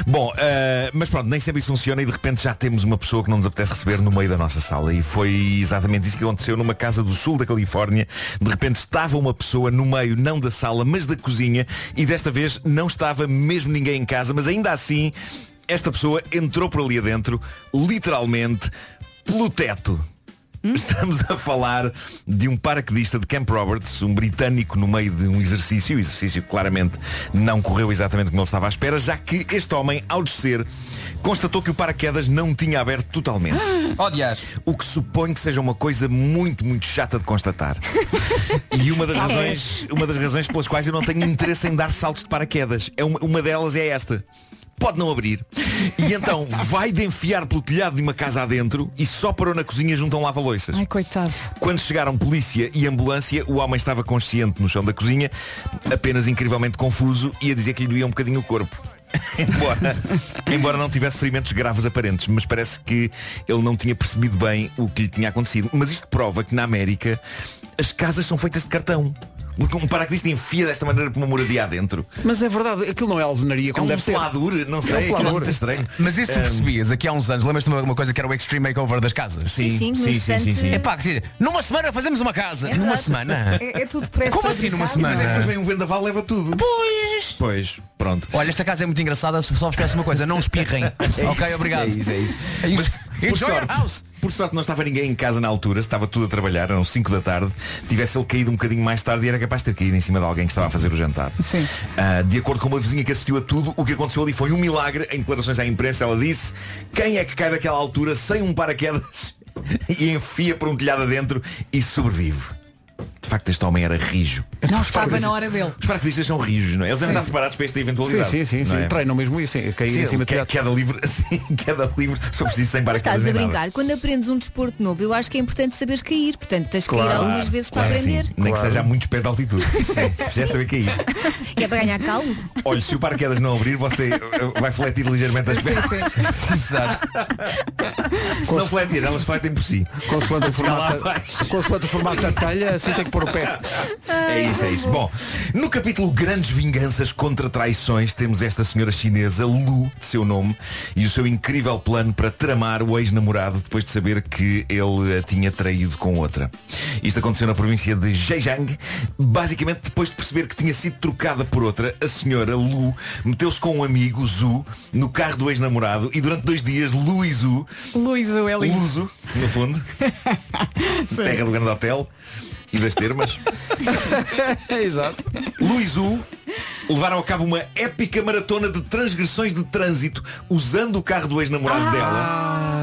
Speaker 18: Bom, eh, mas pronto, nem sempre isso funciona e de repente já temos uma pessoa que não nos apetece receber no meio da nossa sala. E foi exatamente isso que aconteceu numa casa do sul da Califórnia. De repente estava uma pessoa no meio, não da sala, mas da cozinha. E desta vez não estava mesmo ninguém em casa, mas ainda assim, esta pessoa entrou por ali adentro, literalmente, pelo teto. Estamos a falar de um paraquedista de Camp Roberts, um britânico no meio de um exercício, exercício que claramente não correu exatamente como ele estava à espera, já que este homem, ao descer, constatou que o paraquedas não tinha aberto totalmente.
Speaker 6: Odias.
Speaker 18: O que suponho que seja uma coisa muito, muito chata de constatar. E uma das
Speaker 6: É.
Speaker 18: razões, uma das razões pelas quais eu não tenho interesse em dar saltos de paraquedas. É uma, uma delas é esta. Pode não abrir. E então vai de enfiar pelo telhado de uma casa adentro e só parou na cozinha junto a um lava-loiças.
Speaker 3: Ai, coitado.
Speaker 18: Quando chegaram polícia e ambulância, o homem estava consciente no chão da cozinha, apenas incrivelmente confuso e a dizer que lhe doía um bocadinho o corpo. embora, embora não tivesse ferimentos graves aparentes, mas parece que ele não tinha percebido bem o que lhe tinha acontecido. Mas isto prova que na América as casas são feitas de cartão. Porque um paraquedista enfia desta maneira para uma moradia adentro.
Speaker 1: Mas é verdade, aquilo não é alvenaria
Speaker 18: como um deve ser. não sei, aquilo é muito estranho.
Speaker 6: Mas isso tu
Speaker 18: Ahm,
Speaker 6: percebias aqui há uns anos, lembras-te de uma, uma coisa que era o Extreme Makeover das casas?
Speaker 18: Sim, sim, Sim, sim, no sim, sim, sim.
Speaker 6: É pá, que- numa semana fazemos uma casa. numa semana?
Speaker 3: É, é tudo pressa.
Speaker 6: Como assim numa semana?
Speaker 18: Mas é que depois vem um vendaval leva tudo.
Speaker 6: Pois!
Speaker 18: Pois, pronto.
Speaker 6: Olha, esta casa é muito engraçada, só vos peço uma coisa, não espirrem. ok,
Speaker 18: isso,
Speaker 6: obrigado.
Speaker 18: É isso, é isso.
Speaker 6: É isso.
Speaker 18: Mas, por,
Speaker 6: Enjoy your
Speaker 18: sorte, por sorte não estava ninguém em casa na altura, estava tudo a trabalhar, eram 5 da tarde, tivesse ele caído um bocadinho mais tarde e era capaz de ter caído em cima de alguém que estava a fazer o jantar.
Speaker 3: Sim.
Speaker 18: Ah, de acordo com uma vizinha que assistiu a tudo, o que aconteceu ali foi um milagre. Em declarações à imprensa, ela disse quem é que cai daquela altura sem um paraquedas e enfia por um telhado adentro e sobrevive. De facto, este homem era rijo.
Speaker 3: Não
Speaker 18: assim.
Speaker 3: estava na hora dele.
Speaker 18: Os paraquedistas são rijos, não é? Eles devem estar preparados para esta
Speaker 1: Sim,
Speaker 18: eventualidade.
Speaker 1: sim, sim, sim.
Speaker 18: não é?
Speaker 1: Treinam mesmo isso, sim, é cair
Speaker 18: Sim,
Speaker 1: em cima
Speaker 18: ca- queda livre, sim, queda livre, só preciso sem paraquedas
Speaker 4: Estás a
Speaker 18: nem nada.
Speaker 4: brincar. Quando aprendes um desporto novo, eu acho que é importante saberes cair. Portanto, tens que
Speaker 18: Claro,
Speaker 4: cair algumas vezes
Speaker 18: claro
Speaker 4: para
Speaker 18: que sim.
Speaker 4: aprender.
Speaker 18: Nem que seja a muitos pés de altitude. Sim, já saber cair.
Speaker 4: Que é para ganhar calmo.
Speaker 18: Olha, se o paraquedas não abrir, você eh, vai fletir ligeiramente as pernas.
Speaker 6: Exato.
Speaker 18: Se não fletir, elas fletem por si.
Speaker 1: Consoante o
Speaker 18: Se calhar
Speaker 1: formato, da- consoante o formato da telha, assim tem que pôr o pé.
Speaker 18: É isso, é isso. Bom, no capítulo Grandes Vinganças contra Traições, temos esta senhora chinesa, Lu, de seu nome, e o seu incrível plano para tramar o ex-namorado depois de saber que ele a tinha traído com outra. Isto aconteceu na província de Zhejiang. Basicamente, depois de perceber que tinha sido trocada por outra, a senhora Lu meteu-se com um amigo, Zu, no carro do ex-namorado e durante dois dias, Lu e Zu,
Speaker 3: Luís, o Eli.
Speaker 18: Luso, no fundo, terra do grande hotel e das termas.
Speaker 1: Exato.
Speaker 18: Luizu levaram a cabo uma épica maratona de transgressões de trânsito usando o carro do ex-namorado
Speaker 3: Ah,
Speaker 1: Ah,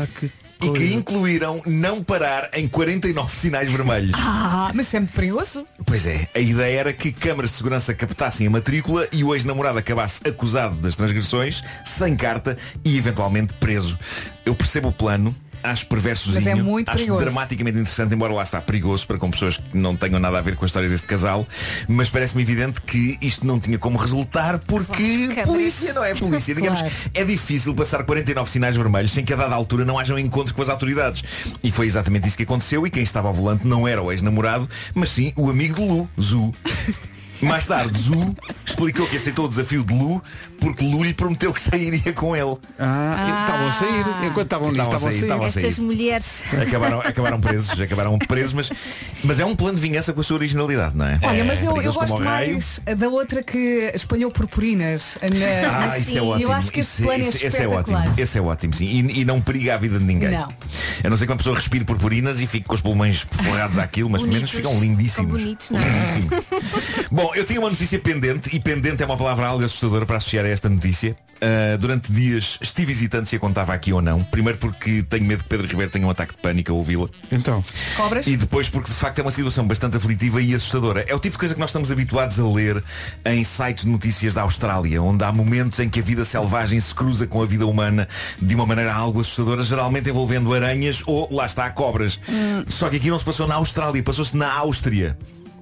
Speaker 18: dela.
Speaker 1: tá.
Speaker 18: e que incluíram não parar em 49 sinais vermelhos.
Speaker 3: Ah, mas isso é muito perigoso.
Speaker 18: Pois é, a ideia era que câmaras de segurança captassem a matrícula e o ex-namorado acabasse acusado das transgressões, sem carta e eventualmente preso. Eu percebo o plano. Acho perversozinho,
Speaker 3: Mas é muito
Speaker 18: acho
Speaker 3: perigoso.
Speaker 18: dramaticamente interessante, embora lá está perigoso para com pessoas que não tenham nada a ver com a história deste casal, mas parece-me evidente que isto não tinha como resultar porque
Speaker 8: Claro,
Speaker 18: polícia, não é polícia. Digamos,
Speaker 8: Claro.
Speaker 18: é difícil passar 49 sinais vermelhos sem que a dada altura não haja um encontro com as autoridades. E foi exatamente isso que aconteceu e quem estava ao volante não era o ex-namorado, mas sim o amigo de Lu, Zu. Mais tarde, Zu explicou que aceitou o desafio de Lu porque Lu lhe prometeu que sairia com ele.
Speaker 1: Ah, estavam a sair. Enquanto estavam nisso, estavam a sair.
Speaker 18: estavam a sair.
Speaker 4: Estas mulheres.
Speaker 18: Acabaram, acabaram presos, acabaram presos, mas, mas é um plano de vingança com a sua originalidade, não é?
Speaker 3: Olha,
Speaker 18: É
Speaker 3: mas eu, eu
Speaker 18: perigoso como
Speaker 3: gosto
Speaker 18: o raio.
Speaker 3: mais da outra que espalhou purpurinas. Na...
Speaker 18: Ah, isso
Speaker 3: Sim,
Speaker 18: é ótimo.
Speaker 3: assim, Eu acho que esse
Speaker 18: Isso-
Speaker 3: plano
Speaker 18: esse-
Speaker 3: é
Speaker 18: esse é
Speaker 3: espetacular.
Speaker 18: ótimo. Esse é ótimo, sim. E, e não periga a vida de ninguém.
Speaker 3: Não.
Speaker 18: A não ser que uma pessoa respire purpurinas e fique com os pulmões forrados àquilo, mas pelo menos ficam
Speaker 4: São
Speaker 18: lindíssimos.
Speaker 4: bonitos, não é?
Speaker 18: Lindíssimos. Bom, eu tinha uma notícia pendente e pendente é uma palavra algo assustadora para associar a esta notícia. Ah, durante dias estive hesitante se a contava aqui ou não. Primeiro porque tenho medo que Pedro Ribeiro tenha um ataque de pânico a ouvi-la.
Speaker 1: Então.
Speaker 3: Cobras?
Speaker 18: E depois porque de facto é uma situação bastante aflitiva e assustadora. É o tipo de coisa que nós estamos habituados a ler em sites de notícias da Austrália, onde há momentos em que a vida selvagem se cruza com a vida humana de uma maneira algo assustadora, geralmente envolvendo aranhas ou, lá está, cobras. Só que aqui não se passou na Austrália, passou-se na Áustria.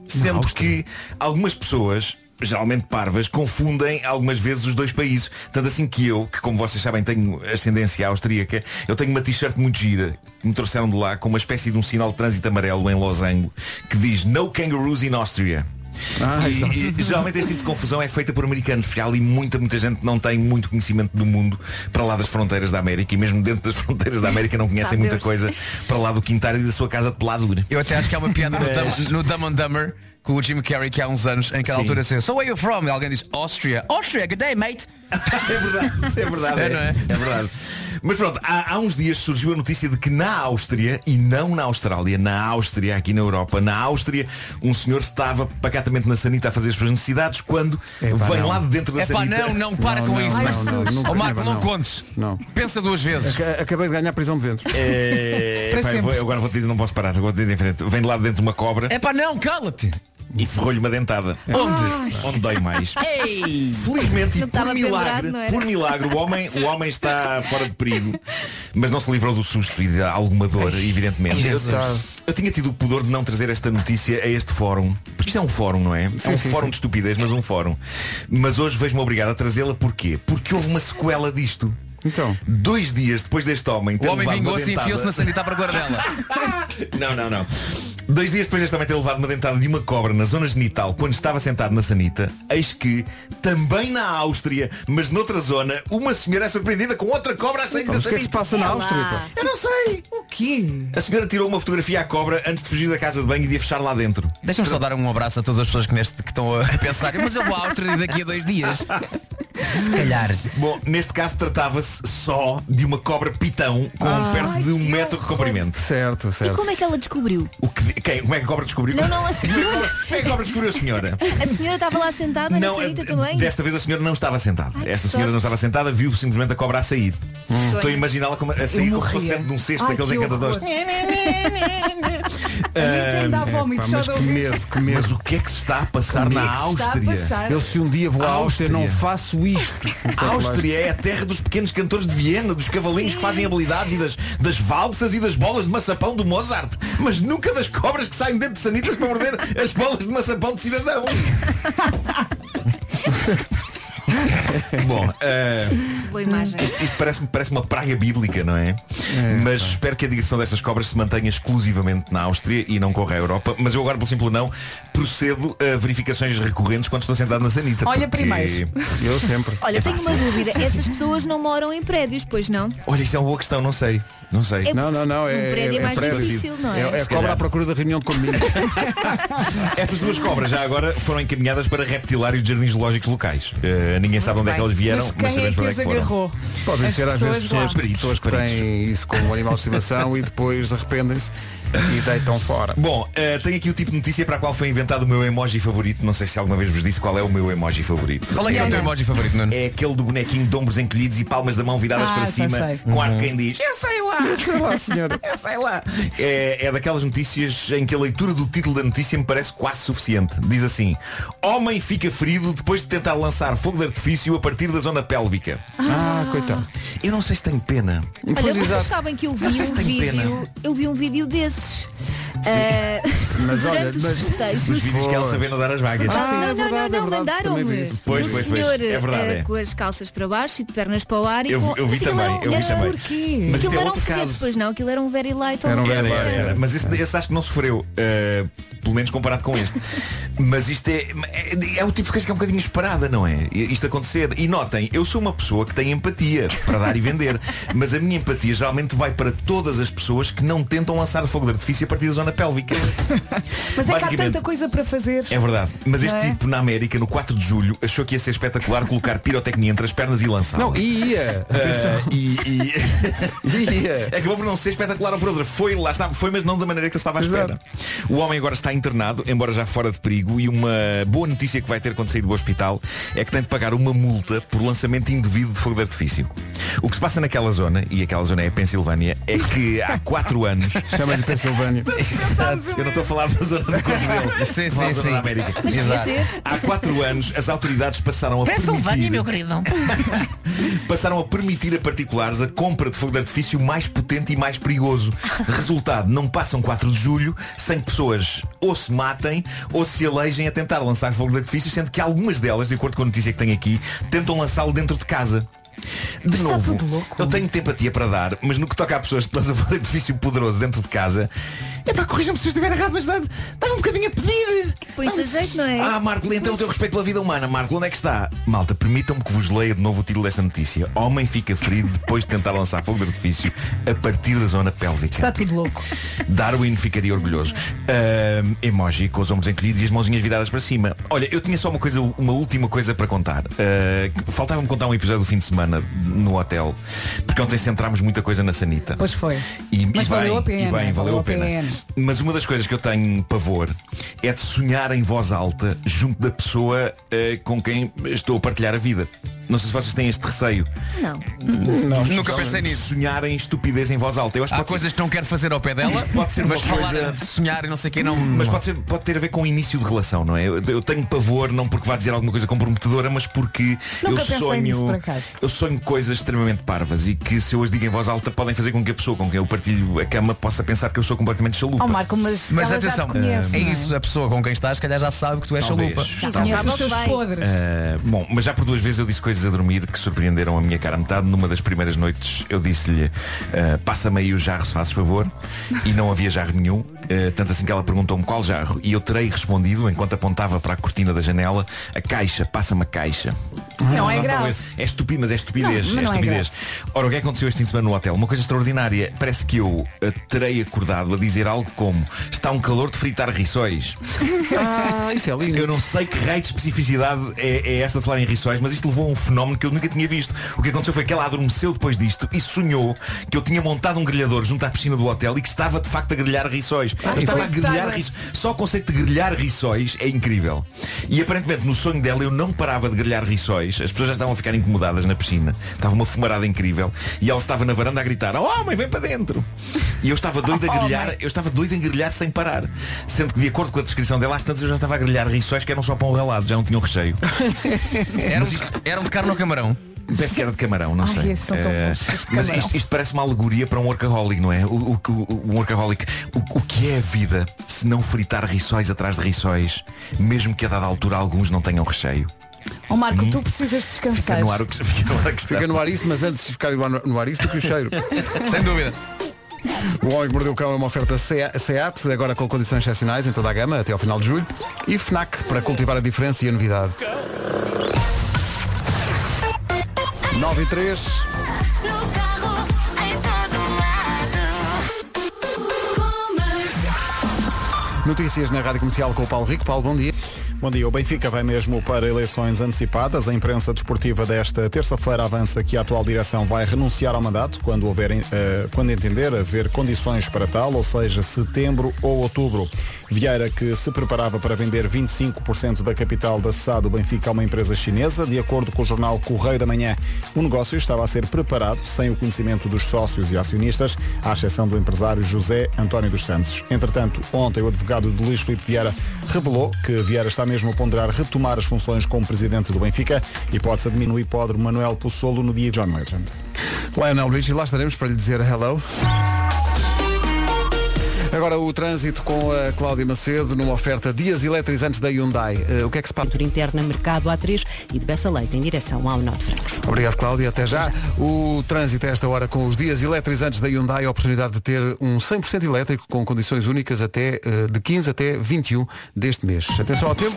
Speaker 18: Sendo que algumas pessoas geralmente parvas, confundem algumas vezes os dois países. Tanto assim que eu, que como vocês sabem tenho ascendência austríaca, eu tenho uma t-shirt muito gira, que me trouxeram de lá com uma espécie de um sinal de trânsito amarelo em losango, que diz No Kangaroos in Austria.
Speaker 1: Ah,
Speaker 18: E-
Speaker 1: exato.
Speaker 18: e, geralmente este tipo de confusão é feita por americanos, porque há ali muita, muita gente que não tem muito conhecimento do mundo para lá das fronteiras da América e mesmo dentro das fronteiras da América não conhecem
Speaker 6: Sabe
Speaker 18: muita
Speaker 6: Deus.
Speaker 18: coisa para lá do quintal e da sua casa de né? peladura.
Speaker 6: Eu até acho que há uma piada no,
Speaker 18: É.
Speaker 6: Dum- no Dumb and Dumber com o Jim Carrey que há uns anos em que a
Speaker 18: Sim.
Speaker 6: altura assim, so where you from? E alguém diz Austria. Austria, good day, mate.
Speaker 18: é verdade, é verdade.
Speaker 6: É, não é?
Speaker 18: É verdade. Mas pronto, há, há uns dias surgiu a notícia de que na Áustria, e não na Austrália, na Áustria, aqui na Europa, na Áustria, um senhor estava pacatamente na sanita a fazer as suas necessidades quando
Speaker 6: Epá,
Speaker 18: vem
Speaker 6: não.
Speaker 18: lá de dentro da
Speaker 6: Epá,
Speaker 18: sanita.
Speaker 6: não, não, para com isso. Marco. Ó, Marco, não, contes.
Speaker 1: Não.
Speaker 6: Pensa duas vezes.
Speaker 1: Acabei de ganhar prisão de ventre.
Speaker 18: É,
Speaker 1: Para
Speaker 18: pá, eu
Speaker 1: sempre.
Speaker 18: vou- eu agora vou te dizer, não posso parar, agora vou te dizer em frente. Vem de lá de dentro uma cobra
Speaker 6: É pá, não, cala-te.
Speaker 18: e ferrou-lhe uma dentada. Onde? Onde dói mais?
Speaker 6: Ei!
Speaker 18: Felizmente, e
Speaker 4: Não
Speaker 18: por
Speaker 4: estava pendurado,
Speaker 18: milagre,
Speaker 4: não era?
Speaker 18: por milagre, o homem, o homem está fora de perigo, mas não se livrou do susto e de alguma dor, evidentemente. Eu,
Speaker 1: Jesus.
Speaker 18: eu tinha tido o pudor de não trazer esta notícia a este fórum, porque isto é um fórum, não é? é
Speaker 1: Sim,
Speaker 18: um
Speaker 1: sim,
Speaker 18: fórum
Speaker 1: sim.
Speaker 18: de estupidez, mas um fórum. Mas hoje vejo-me obrigado a trazê-la porquê? Porque houve uma sequela disto.
Speaker 1: Então.
Speaker 18: Dois dias depois deste homem ter
Speaker 6: O homem
Speaker 18: levado uma
Speaker 6: vingou-se e
Speaker 18: dentada-
Speaker 6: enfiou-se na sanitária para guardela.
Speaker 18: não, não, não. Dois dias depois de também ter levado uma dentada de uma cobra na zona genital quando estava sentado na sanita, eis que, também na Áustria, mas noutra zona, uma senhora é surpreendida com outra cobra a sair da
Speaker 1: Mas o
Speaker 18: sanita.
Speaker 1: que é que se passa na Áustria, então? pá?
Speaker 18: Eu não sei. O
Speaker 3: quê?
Speaker 18: A senhora tirou uma fotografia à cobra antes de fugir da casa de banho e de a fechar lá dentro.
Speaker 6: Deixa-me só dar um abraço a todas as pessoas que, neste, que estão a pensar Mas eu vou à Áustria daqui a dois dias Se calhar
Speaker 18: Bom, neste caso tratava-se só de uma cobra pitão com
Speaker 16: Ai,
Speaker 1: Ah.
Speaker 18: perto de um metro de comprimento.
Speaker 1: Certo,
Speaker 16: E como é que ela descobriu?
Speaker 18: O que, quem, como é que a cobra descobriu?
Speaker 16: Não, não, a
Speaker 18: Como
Speaker 16: senhora.
Speaker 18: é que a cobra descobriu a senhora?
Speaker 16: A senhora estava lá sentada
Speaker 18: Não,
Speaker 16: na sanita
Speaker 18: eh,
Speaker 16: também?
Speaker 18: Desta vez a senhora não estava sentada.
Speaker 16: que
Speaker 18: Esta senhora
Speaker 16: sorte.
Speaker 18: não estava sentada, viu simplesmente a cobra a sair. Hum.
Speaker 16: sonho.
Speaker 18: Estou a imaginá-la como- a sair
Speaker 16: Eu
Speaker 18: como se fosse
Speaker 16: morria.
Speaker 18: dentro de um cesto
Speaker 16: Ai,
Speaker 18: daqueles
Speaker 16: que
Speaker 18: encantadores.
Speaker 3: mim até me dá vómito, só de ouvir.
Speaker 18: Mas o que é que se está a passar
Speaker 1: O que é
Speaker 18: na
Speaker 1: que se está a
Speaker 18: Áustria?
Speaker 1: passar? Eu, se um dia vou à Áustria, não faço isto.
Speaker 18: A Áustria é a terra dos pequenos cantores de Viena, dos cavalinhos que fazem habilidades e das, das valsas e das bolas de maçapão do Mozart, mas nunca das cobras que saem dentro de sanitas para morder as bolas de maçapão de cidadão. Bom, eh,
Speaker 4: Boa imagem.
Speaker 18: isto, isto parece, parece uma praga bíblica, não é? mas espero que a digressão destas cobras se mantenha exclusivamente na Áustria e não corra à Europa. Mas eu agora, pelo simples não, procedo a verificações recorrentes quando estou sentado na sanita.
Speaker 4: Olha
Speaker 18: porque-
Speaker 4: primeiro.
Speaker 1: Eu sempre.
Speaker 4: Olha,
Speaker 18: Epá,
Speaker 4: tenho uma
Speaker 18: sim.
Speaker 4: dúvida.
Speaker 18: Sim,
Speaker 4: Essas
Speaker 18: sim.
Speaker 4: pessoas não moram em prédios, pois não?
Speaker 18: Olha, isso é uma boa questão, não sei. Não sei.
Speaker 4: É Não, porque não, não, é- um prédio é é mais prédio. difícil, não é? É- é
Speaker 1: cobra à
Speaker 18: procura da reunião de condomínio. Estas duas cobras já agora foram encaminhadas para reptilários de jardins zoológicos locais. Eh, ninguém sabe onde é que elas vieram, mas, sabemos para onde é que foram.
Speaker 1: Podem ser às vezes pessoas,
Speaker 18: Peritos,
Speaker 1: pessoas que
Speaker 18: peritos.
Speaker 1: têm isso como animal de estimação e depois arrependem-se e deitam fora.
Speaker 18: Bom, eh, tenho aqui o tipo de notícia para a qual foi inventado o meu emoji favorito. Não sei se alguma vez vos disse qual é o meu emoji favorito.
Speaker 6: Qual é que é o teu emoji favorito, Nuno?
Speaker 18: É aquele do bonequinho de ombros encolhidos e palmas da mão viradas
Speaker 6: Ah,
Speaker 18: para
Speaker 6: já
Speaker 18: cima,
Speaker 6: sei.
Speaker 18: com ar de quem diz.
Speaker 6: Eu sei lá
Speaker 18: Uhum. Eu sei lá, senhora.
Speaker 6: Eu
Speaker 18: sei lá É, é daquelas notícias em que a leitura do título da notícia me parece quase suficiente. Diz assim: Homem fica ferido depois de tentar lançar fogo de artifício a partir da zona pélvica.
Speaker 1: Ah, coitado.
Speaker 18: Eu não sei se tenho pena.
Speaker 4: Olha, vocês sabem que eu vi
Speaker 18: Não sei se
Speaker 4: um
Speaker 18: tenho
Speaker 4: vídeo.
Speaker 18: pena.
Speaker 4: Eu vi um vídeo desses. Ah,
Speaker 18: Mas olha,
Speaker 4: durante os
Speaker 18: mas- é
Speaker 4: festejos.
Speaker 18: os vídeos que ela sabia não dar as vagas.
Speaker 4: Ah, não, não, não, não, mandaram-me.
Speaker 18: Pois,
Speaker 4: Um
Speaker 18: pois, pois.
Speaker 4: senhor,
Speaker 18: É verdade,
Speaker 4: eh,
Speaker 18: é.
Speaker 4: com as calças para baixo e de pernas para o ar e
Speaker 18: Eu-
Speaker 4: com...
Speaker 18: eu vi
Speaker 4: Mas aquilo
Speaker 18: também,
Speaker 4: era um-
Speaker 18: eu vi
Speaker 4: era-
Speaker 18: também. Mas
Speaker 4: aquilo
Speaker 18: isso é
Speaker 4: era um
Speaker 18: outro
Speaker 4: foguete,
Speaker 18: caso.
Speaker 4: pois não, aquilo era um very light
Speaker 18: Era um
Speaker 4: alguma
Speaker 18: era,
Speaker 4: coisa.
Speaker 18: era, era. Mas esse, esse acho que não sofreu. eh, pelo menos comparado com este. Mas isto é, é, é o tipo de coisa que é um bocadinho esperada, não é? Isto acontecer. E notem, eu sou uma pessoa que tem empatia para dar e vender. Mas a minha empatia geralmente vai para todas as pessoas que não tentam lançar fogo de artifício a partir da zona pélvica.
Speaker 3: Mas é que há
Speaker 18: Basicamente.
Speaker 3: tanta coisa para fazer.
Speaker 18: É verdade. Mas este
Speaker 3: Não é?
Speaker 18: tipo na América, no 4 de julho, achou que ia ser espetacular colocar pirotecnia entre as pernas e lançar.
Speaker 1: Não, e ia. Atenção.
Speaker 18: É, e, É Acabou por não ser espetacular a outra. Foi, lá estava, foi, mas não da maneira que ele estava à espera. O homem agora está internado, embora já fora de perigo, e uma boa notícia que vai ter quando sair do hospital é que tem de pagar uma multa por lançamento indevido de fogo de artifício. O que se passa naquela zona, e aquela zona é a Pensilvânia, é que há 4 anos.
Speaker 1: Chama-lhe Pensilvânia.
Speaker 18: Exato. Eu não estou a falar da zona de Cornwall.
Speaker 6: Sim,
Speaker 18: Não,
Speaker 6: sim,
Speaker 18: zona
Speaker 6: sim.
Speaker 18: da América.
Speaker 6: Mas podia
Speaker 18: Exato.
Speaker 6: ser.
Speaker 18: Há 4 anos as autoridades passaram a permitir
Speaker 6: querido.
Speaker 18: passaram a permitir a particulares a compra de fogo de artifício mais potente e mais perigoso. Resultado, não passam 4 de julho sem que pessoas ou se matem ou se aleijem a tentar lançar fogo de artifício, sendo que algumas delas, de acordo com a notícia que tenho aqui, tentam lançá-lo dentro de casa. De novo, eu tenho empatia para dar, mas no que toca a pessoas que lançam fogo de artifício poderoso dentro de casa, é para corrijam-me se eu estiver errado, mas estava um bocadinho a pedir.
Speaker 4: Pois a jeito, não é?
Speaker 18: Ah, Marco, então o teu respeito pela vida humana, Marco, onde é que está? Malta, permitam-me que vos leia de novo o título desta notícia. Homem fica ferido depois de tentar lançar fogo de artifício a partir da zona pélvica.
Speaker 3: Está tudo louco.
Speaker 18: Darwin ficaria orgulhoso. Ahm, emoji com os ombros encolhidos e as mãozinhas viradas para cima. Olha, eu tinha só uma coisa, uma última coisa para contar. Ah, Faltava-me contar um episódio do fim de semana no hotel, porque ontem centrámos muita coisa na sanita.
Speaker 3: Pois foi.
Speaker 18: E,
Speaker 3: Mas
Speaker 18: e
Speaker 3: valeu
Speaker 18: bem,
Speaker 3: a pena,
Speaker 18: e bem, valeu, a pena. Mas uma das coisas que eu tenho pavor é de sonhar em voz alta junto da pessoa eh, com quem estou a partilhar a vida. Não sei se vocês têm este receio.
Speaker 4: Não.
Speaker 6: Nunca pensei nisso.
Speaker 18: Sonhar em estupidez em voz alta. Eu acho que
Speaker 6: Há
Speaker 18: pode ser-
Speaker 6: coisas que não quero fazer ao pé dela
Speaker 18: Isto pode ser
Speaker 6: Mas
Speaker 18: uma
Speaker 6: falar
Speaker 18: coisa-
Speaker 6: de sonhar e não sei quem não
Speaker 18: Mas pode, ser- pode ter a ver com o início de relação, não é? Eu, eu tenho pavor, não porque vá dizer alguma coisa comprometedora, mas porque
Speaker 3: Nunca
Speaker 18: eu
Speaker 3: pensei
Speaker 18: sonho.
Speaker 3: nisso, por acaso.
Speaker 18: Eu sonho coisas extremamente parvas e que se eu as digo em voz alta podem fazer com que a pessoa com quem eu partilho a cama possa pensar que eu sou completamente chalupa.
Speaker 3: Oh Marco, mas,
Speaker 6: Mas
Speaker 3: ela já
Speaker 6: atenção,
Speaker 3: te conhece,
Speaker 6: é
Speaker 3: não
Speaker 6: isso, a pessoa com quem estás, se calhar já sabe que tu és
Speaker 18: Talvez,
Speaker 6: chalupa.
Speaker 3: Já conhece os teus podres.
Speaker 1: É.
Speaker 18: Ah, bom, Eh, mas já por duas vezes eu disse coisas coisas a dormir que surpreenderam a minha cara a metade. Numa das primeiras noites eu disse-lhe "Ah, passa-me aí o jarro se faz favor e não havia jarro nenhum. Ah, tanto assim que ela perguntou-me qual jarro e eu terei respondido enquanto apontava para a cortina da janela a caixa, passa-me a caixa.
Speaker 3: Não é
Speaker 18: tá
Speaker 3: grave.
Speaker 18: bem. É estúpido, mas é estupidez. é
Speaker 3: Não, mas não é
Speaker 18: estupidez. Ora, o que é que aconteceu este fim de semana no hotel? Uma coisa extraordinária. Parece que eu ah, terei acordado a dizer algo como está um calor de fritar riçóis.
Speaker 1: Ah, isso é lindo.
Speaker 18: Eu não sei que raio de especificidade é, é esta de falar em riçóis, mas isto levou a um fenómeno que eu nunca tinha visto. O que aconteceu foi que ela adormeceu depois disto e sonhou que eu tinha montado um grelhador junto à piscina do hotel e que estava de facto a grelhar riçóis.
Speaker 8: Ah,
Speaker 18: eu estava a
Speaker 8: coitada.
Speaker 18: grelhar riçóis. Só o conceito de grelhar riçóis é incrível. E aparentemente no sonho dela eu não parava de grelhar riçóis, as pessoas já estavam a ficar incomodadas na piscina. Estava uma fumarada incrível e ela estava na varanda a gritar, oh, homem, vem para dentro! E eu estava doido a grelhar, eu estava doido a grelhar sem parar. Sendo que de acordo com a descrição dela, às tantas eu já estava a grelhar riçóis que eram só pão ralado, já não tinham recheio.
Speaker 6: Eram, eram de carne ou camarão?
Speaker 18: Parece que era Um de camarão, não
Speaker 6: Ai,
Speaker 3: é
Speaker 18: sei.
Speaker 6: esses são tão
Speaker 18: Eh,
Speaker 6: bons, esses de
Speaker 18: mas
Speaker 6: camarão.
Speaker 18: isto, isto parece uma alegoria para um workaholic, não é? O, o, que- o- um workaholic. O, o que é a vida se não fritar riçóis atrás de riçóis, mesmo que a dada altura alguns não tenham recheio? Hum?
Speaker 3: Ó Oh, Marco, tu precisas descansar.
Speaker 18: Fica no ar o que fica no ar, a questão.
Speaker 1: Fica no ar isso, mas antes de ficar no ar, no ar isso do que o cheiro.
Speaker 6: Sem dúvida.
Speaker 1: O Homem que Mordeu o Cão é uma oferta Sea- SEAT, agora com condições excepcionais em toda a gama até ao final de julho. E FNAC, para cultivar a diferença e a novidade. 9 e 3. Notícias na Rádio Comercial com o Paulo Rico. Paulo, bom dia.
Speaker 21: Bom dia. O Benfica vai mesmo para eleições antecipadas. A imprensa desportiva desta terça-feira avança que a atual direção vai renunciar ao mandato quando, houver, eh, quando entender haver condições para tal, ou seja, setembro ou outubro. Vieira, que se preparava para vender 25% da capital da SAD do Benfica a uma empresa chinesa, de acordo com o jornal Correio da Manhã. O negócio estava a ser preparado sem o conhecimento dos sócios e acionistas, à exceção do empresário José António dos Santos. Entretanto, ontem o advogado de Luís Filipe Vieira revelou que Vieira está mesmo a ponderar retomar as funções como presidente do Benfica e pode-se admitir no hipódromo Manuel Pozzolo no dia de John Legend.
Speaker 1: Lionel Richie, lá estaremos para lhe dizer hello. Agora o trânsito com a Cláudia Macedo numa oferta dias eletrizantes da Hyundai. Eh, o que é que se passa?
Speaker 2: Pintura interna, mercado A3 e de Bessa Leite em direção ao Norte Francos.
Speaker 1: Obrigado, Cláudia. Até já. O trânsito a esta hora com os dias eletrizantes da Hyundai, a oportunidade de ter um 100% elétrico com condições únicas até eh, de 15 até 21 deste mês. Atenção ao tempo.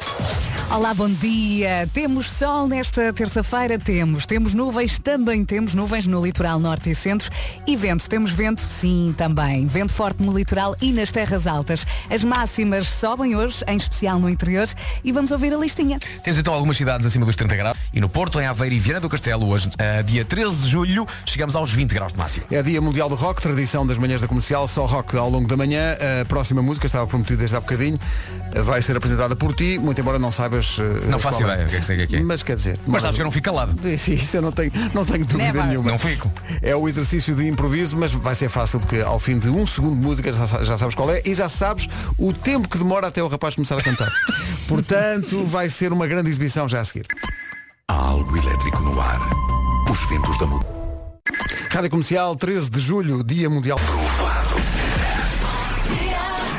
Speaker 3: Olá, bom dia. Temos sol nesta terça-feira, temos. Temos nuvens, também temos nuvens no litoral norte e centro. E vento, temos vento, sim, também. Vento forte no litoral e nas terras altas. As máximas sobem hoje, em especial no interior. E vamos ouvir a listinha.
Speaker 6: Temos então algumas cidades acima dos 30 graus e no Porto, em Aveiro e Viana do Castelo, hoje, ah, dia 13 de julho, chegamos aos 20 graus de máximo.
Speaker 1: É dia mundial do rock, tradição das manhãs da comercial, só rock ao longo da manhã. A próxima música, estava prometida desde há bocadinho, eh, vai ser apresentada por ti, muito embora não saibas. eh,
Speaker 6: Não faço
Speaker 1: qual
Speaker 6: ideia o que é que sei que é.
Speaker 1: Mas quer dizer.
Speaker 6: Mas sabes que eu não fico calado.
Speaker 1: Isso eu não tenho, não tenho dúvida
Speaker 6: Never.
Speaker 1: nenhuma.
Speaker 6: Não fico.
Speaker 1: É o exercício de improviso, mas vai ser fácil porque ao fim de um segundo de música já, sa- já sabes qual é e já sabes o tempo que demora até o rapaz começar a cantar. Portanto, vai ser uma grande exibição já a seguir.
Speaker 8: Há algo elétrico no ar. Os ventos da mudança.
Speaker 1: Rádio Comercial, 13 de julho, Dia Mundial.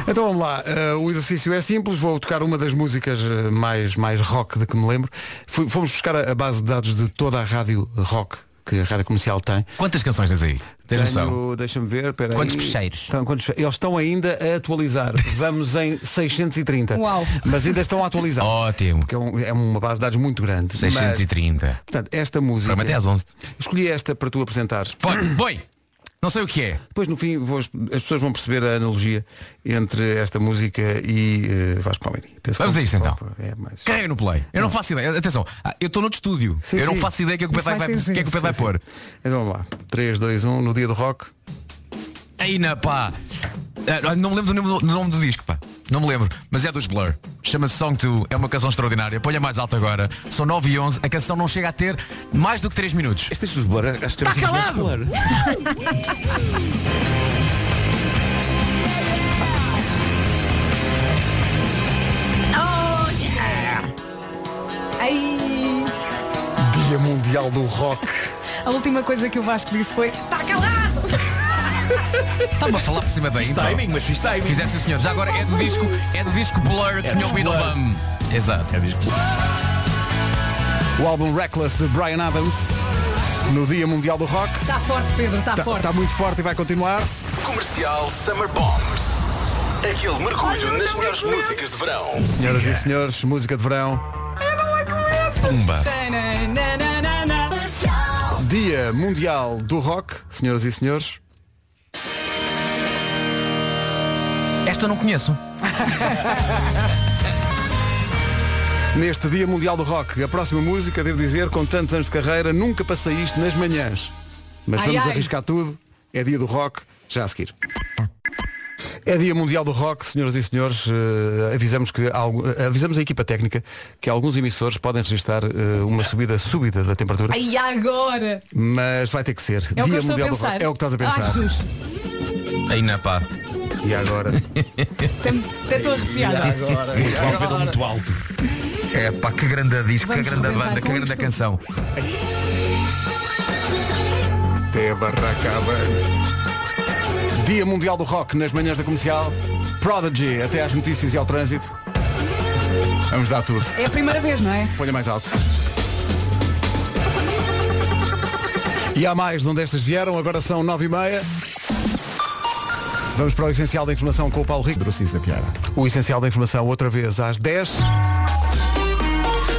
Speaker 1: Então vamos lá, eh, o exercício é simples, vou tocar uma das músicas eh, mais, mais rock de que me lembro. Fui- Fomos buscar a a base de dados de toda a rádio rock que a rádio comercial tem.
Speaker 6: Quantas canções tens aí? Tens noção?
Speaker 1: Tenho, deixa-me ver, espera aí.
Speaker 6: Quantos fecheiros?
Speaker 1: Estão, quantos fe- Eles estão ainda a atualizar. Vamos em 630.
Speaker 6: Uau.
Speaker 1: Mas ainda estão a atualizar.
Speaker 6: Oh. Ótimo.
Speaker 1: Porque é, um- é uma base de dados muito grande.
Speaker 6: 630.
Speaker 1: Mas, portanto, esta música.
Speaker 6: Programa até às 11.
Speaker 1: Escolhi esta para tu apresentares.
Speaker 6: Boi, boi! Não sei o que é.
Speaker 1: Depois no fim vou- as pessoas vão perceber a analogia entre esta música e eh, Vasco Palmeiras.
Speaker 6: Vamos a isto então.
Speaker 1: É mais...
Speaker 6: Carrega no play. Eu não, faço ideia. Atenção, ah, eu estou no outro estúdio.
Speaker 1: Sim,
Speaker 6: eu não
Speaker 1: sim.
Speaker 6: faço ideia que é que o
Speaker 1: Isto
Speaker 6: Pedro vai,
Speaker 1: vai ser
Speaker 6: que é que o
Speaker 1: giro,
Speaker 6: Pedro vai
Speaker 1: sim,
Speaker 6: pôr.
Speaker 1: Então vamos lá. 3, 2, 1, no dia do rock.
Speaker 6: Aí na pá. Ah, Não me lembro do nome, do nome do disco, pá. Não me lembro, mas é dos Blur. Chama-se Song 2, é uma canção extraordinária. Põe-a mais alta agora. São 9 e 11, a canção não chega a ter mais do que 3 minutos.
Speaker 18: Este é dos Blur, acho
Speaker 1: assim,
Speaker 6: Está calado!
Speaker 19: Oh, yeah!
Speaker 3: Ai!
Speaker 1: Dia Mundial do Rock.
Speaker 3: A última coisa que o Vasco disse foi. Tá calado!
Speaker 6: Estava a falar por cima da
Speaker 3: Fiz
Speaker 18: então.
Speaker 6: intro.
Speaker 3: timing,
Speaker 6: mas fiz timing. Fizesse o senhor. Já agora é do disco, é do disco Blur que
Speaker 8: É
Speaker 6: tinha
Speaker 8: disco
Speaker 6: ouvido o
Speaker 8: Blur.
Speaker 6: BAM. Exato.
Speaker 18: É disco Blur.
Speaker 1: O álbum Reckless de Brian Adams no Dia Mundial do Rock.
Speaker 3: Está forte, Pedro, está
Speaker 1: Tá-
Speaker 3: forte.
Speaker 1: tá muito forte e vai continuar.
Speaker 8: Comercial Summer Bombs. Aquele mergulho nas melhores músicas de verão.
Speaker 1: Senhoras e senhores, música de verão. Pumba. Dia Mundial do Rock, senhoras e senhores.
Speaker 6: Esta eu não conheço.
Speaker 1: Neste Dia Mundial do Rock, a próxima música, devo dizer, com tantos anos de carreira, nunca passei isto nas manhãs. Mas
Speaker 9: Ai,
Speaker 1: vamos
Speaker 9: ai.
Speaker 1: arriscar tudo. É Dia do Rock, já a seguir. É Dia Mundial do Rock, senhoras e senhores. eh, avisamos, que, algu- eh, avisamos a equipa técnica que alguns emissores podem registrar eh, uma subida súbita da temperatura.
Speaker 3: Aí agora!
Speaker 1: Mas vai ter que ser.
Speaker 3: É o que eu
Speaker 1: Dia
Speaker 3: estou a
Speaker 1: Mundial do
Speaker 3: pensar.
Speaker 1: Rock. É o que estás a
Speaker 3: Ai,
Speaker 1: pensar.
Speaker 3: Jesus.
Speaker 6: Aí na pá.
Speaker 1: E agora?
Speaker 3: Até estou arrepiada.
Speaker 6: Muito alto, pedal muito
Speaker 1: alto.
Speaker 6: É pá, que grande disco,
Speaker 3: Vamos
Speaker 6: que grande
Speaker 3: rebentar
Speaker 6: banda, que
Speaker 3: com
Speaker 6: grande
Speaker 3: isto.
Speaker 6: canção.
Speaker 1: Até a barraca abre. Dia Mundial do Rock nas manhãs da comercial. Prodigy até às notícias e ao trânsito. Vamos dar tudo.
Speaker 3: É a primeira vez, não é?
Speaker 1: Ponha mais alto. E há mais de onde estas vieram, agora são nove e meia. Vamos para o Essencial da Informação com o Paulo Rico. O Essencial da Informação outra vez às 10.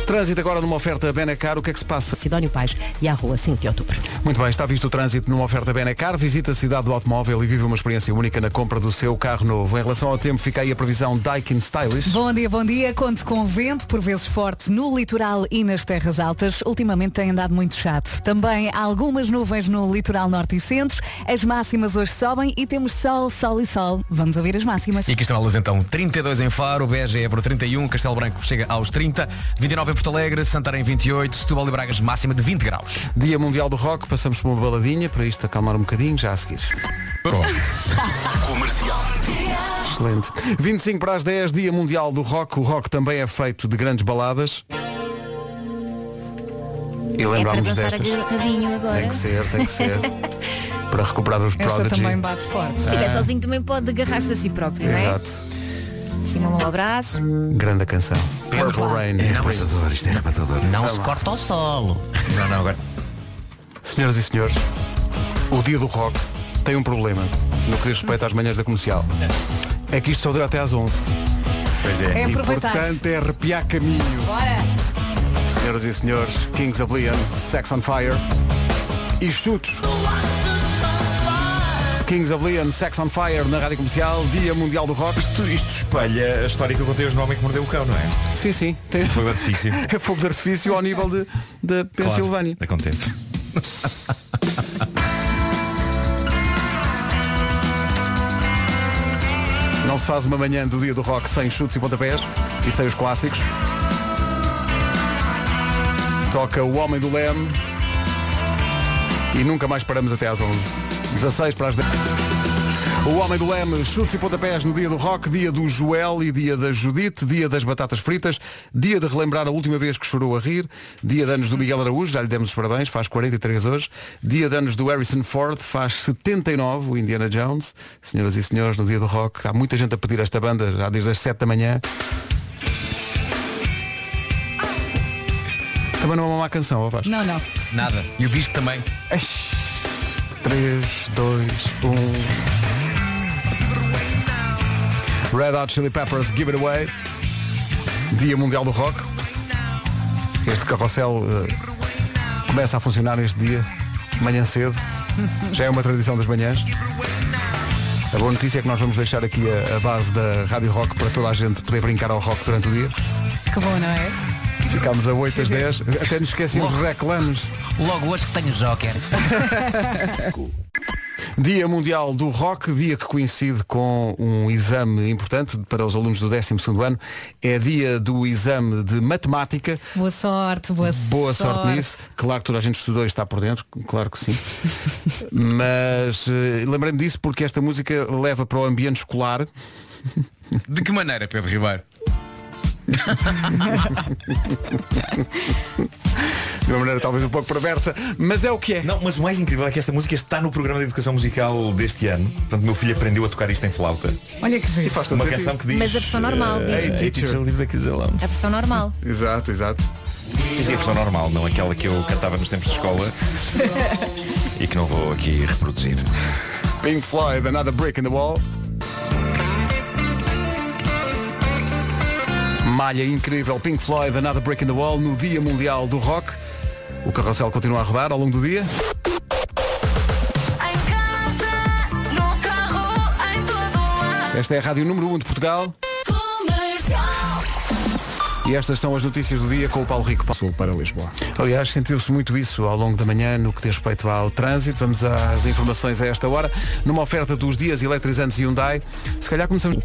Speaker 1: Trânsito agora numa oferta Benacar, o que é que se passa?
Speaker 2: Sidónio Paz e à rua 5 de Outubro.
Speaker 1: Muito bem, está visto o trânsito numa oferta Benacar. Visita a cidade do automóvel e vive uma experiência única na compra do seu carro novo. Em relação ao tempo, fica aí a previsão Daikin Stylish.
Speaker 3: Bom dia, bom dia. Conto com vento, por vezes forte, no litoral e nas terras altas. Ultimamente tem andado muito chato. Também há algumas nuvens no litoral norte e centro. As máximas hoje sobem e temos sol, sol e sol. Vamos ouvir as máximas.
Speaker 6: E aqui estão elas então, 32 em Faro, Beja e Évora 31, Castelo Branco chega aos 30, 29 em Porto Alegre, Santarém 28, Setúbal e Bragas máxima de 20 graus.
Speaker 1: Dia Mundial do Rock, passamos por uma baladinha para isto acalmar um bocadinho, já a seguir.
Speaker 8: Comercial.
Speaker 1: Excelente. 25 para as 10, Dia Mundial do Rock. O rock também é feito de grandes baladas. E
Speaker 16: É para
Speaker 1: lembrámos
Speaker 16: dançar
Speaker 1: destas.
Speaker 16: agarradinho agora.
Speaker 1: Tem que ser, tem que ser. para recuperar os Prodigy.
Speaker 3: bate forte.
Speaker 16: Se estiver
Speaker 1: Ah.
Speaker 16: sozinho também pode agarrar-se a si próprio, não é?
Speaker 1: Exato.
Speaker 16: Sim, um longo abraço.
Speaker 1: Grande canção. Purple Rain. É
Speaker 18: arrebatador, isto é arrebatador.
Speaker 1: Não se corta
Speaker 18: ao solo. Não, não, agora.
Speaker 1: Senhoras e senhores, o dia do rock tem um problema no que diz respeito às manhãs da comercial. É que isto só dura até às 11.
Speaker 18: Pois
Speaker 3: É
Speaker 1: E
Speaker 3: aproveitar.
Speaker 1: portanto é arrepiar caminho.
Speaker 3: Bora!
Speaker 1: Senhoras e senhores, Kings of Leon, Sex on Fire e chutos. Kings of Leon, Sex on Fire na Rádio Comercial, Dia Mundial do Rock.
Speaker 18: Isto, isto espelha a história que eu contei hoje no Homem que Mordeu o Cão, não é?
Speaker 1: Sim, sim. Tem...
Speaker 18: Foi de artifício.
Speaker 1: É fogo de artifício ao nível de, da Pensilvânia.
Speaker 18: Claro, acontece.
Speaker 1: Não se faz uma manhã do dia do rock sem chutes e pontapés e sem os clássicos. Toca o Homem do Leme e nunca mais paramos até às 11. 16 para as 10. O Homem do Leme, chutes e pontapés no dia do rock, dia do Joel e dia da Judite, dia das batatas fritas, dia de relembrar a última vez que chorou a rir, dia de anos do Miguel Araújo, já lhe demos os parabéns, faz 43 hoje, dia de anos do Harrison Ford, faz 79, o Indiana Jones. Senhoras e senhores, no dia do rock, há muita gente a pedir esta banda já desde as 7 da manhã. Também não é uma má canção, ó Vasco?
Speaker 3: Não, não.
Speaker 6: Nada. E o disco também.
Speaker 1: 3, 2, 1. Red Hot Chili Peppers Give It Away. Dia Mundial do Rock. Este carrossel eh, começa a funcionar este dia, manhã cedo. Já é uma tradição das manhãs. A boa notícia é que nós vamos deixar aqui a, a base da Rádio Rock para toda a gente poder brincar ao rock durante o dia.
Speaker 3: Que bom, não é?
Speaker 1: Ficámos a 8 às 10, até nos esquecemos dos reclames.
Speaker 22: Logo hoje que tenho Joker.
Speaker 1: Dia Mundial do Rock, dia que coincide com um exame importante para os alunos do 12º ano. É dia do exame de matemática.
Speaker 3: Boa sorte, boa,
Speaker 1: Boa sorte, nisso. Claro que toda a gente estudou e está por dentro, claro que sim. Mas eh, lembrei-me disso porque esta música leva para o ambiente escolar.
Speaker 6: De que maneira, Pedro Ribeiro?
Speaker 1: De uma maneira talvez um pouco perversa, mas é o que é.
Speaker 18: Não, mas o mais incrível é que esta música está no programa de educação musical deste ano. Portanto, meu filho aprendeu a tocar isto em flauta.
Speaker 3: Olha que giro.
Speaker 18: Uma canção que diz.
Speaker 16: Mas a versão normal,
Speaker 18: eh,
Speaker 16: diz.
Speaker 18: Hey, teacher, leave the kids alone.
Speaker 16: A versão normal.
Speaker 1: Exato, exato.
Speaker 18: Sim, sim, a versão normal, não aquela que eu cantava nos tempos de escola e que não vou aqui reproduzir.
Speaker 1: Pink Floyd, Another Brick in the Wall. Malha incrível, Pink Floyd, Another Brick in the Wall, no Dia Mundial do Rock. O carrossel continua a rodar ao longo do dia. Esta é a Rádio Número 1 de Portugal. E estas são as notícias do dia com o Paulo Rico.
Speaker 21: Sul para Lisboa.
Speaker 1: Aliás, sentiu-se muito isso ao longo da manhã no que diz respeito ao trânsito. Vamos às informações a esta hora. Numa oferta dos dias eletrizantes Hyundai, se calhar começamos.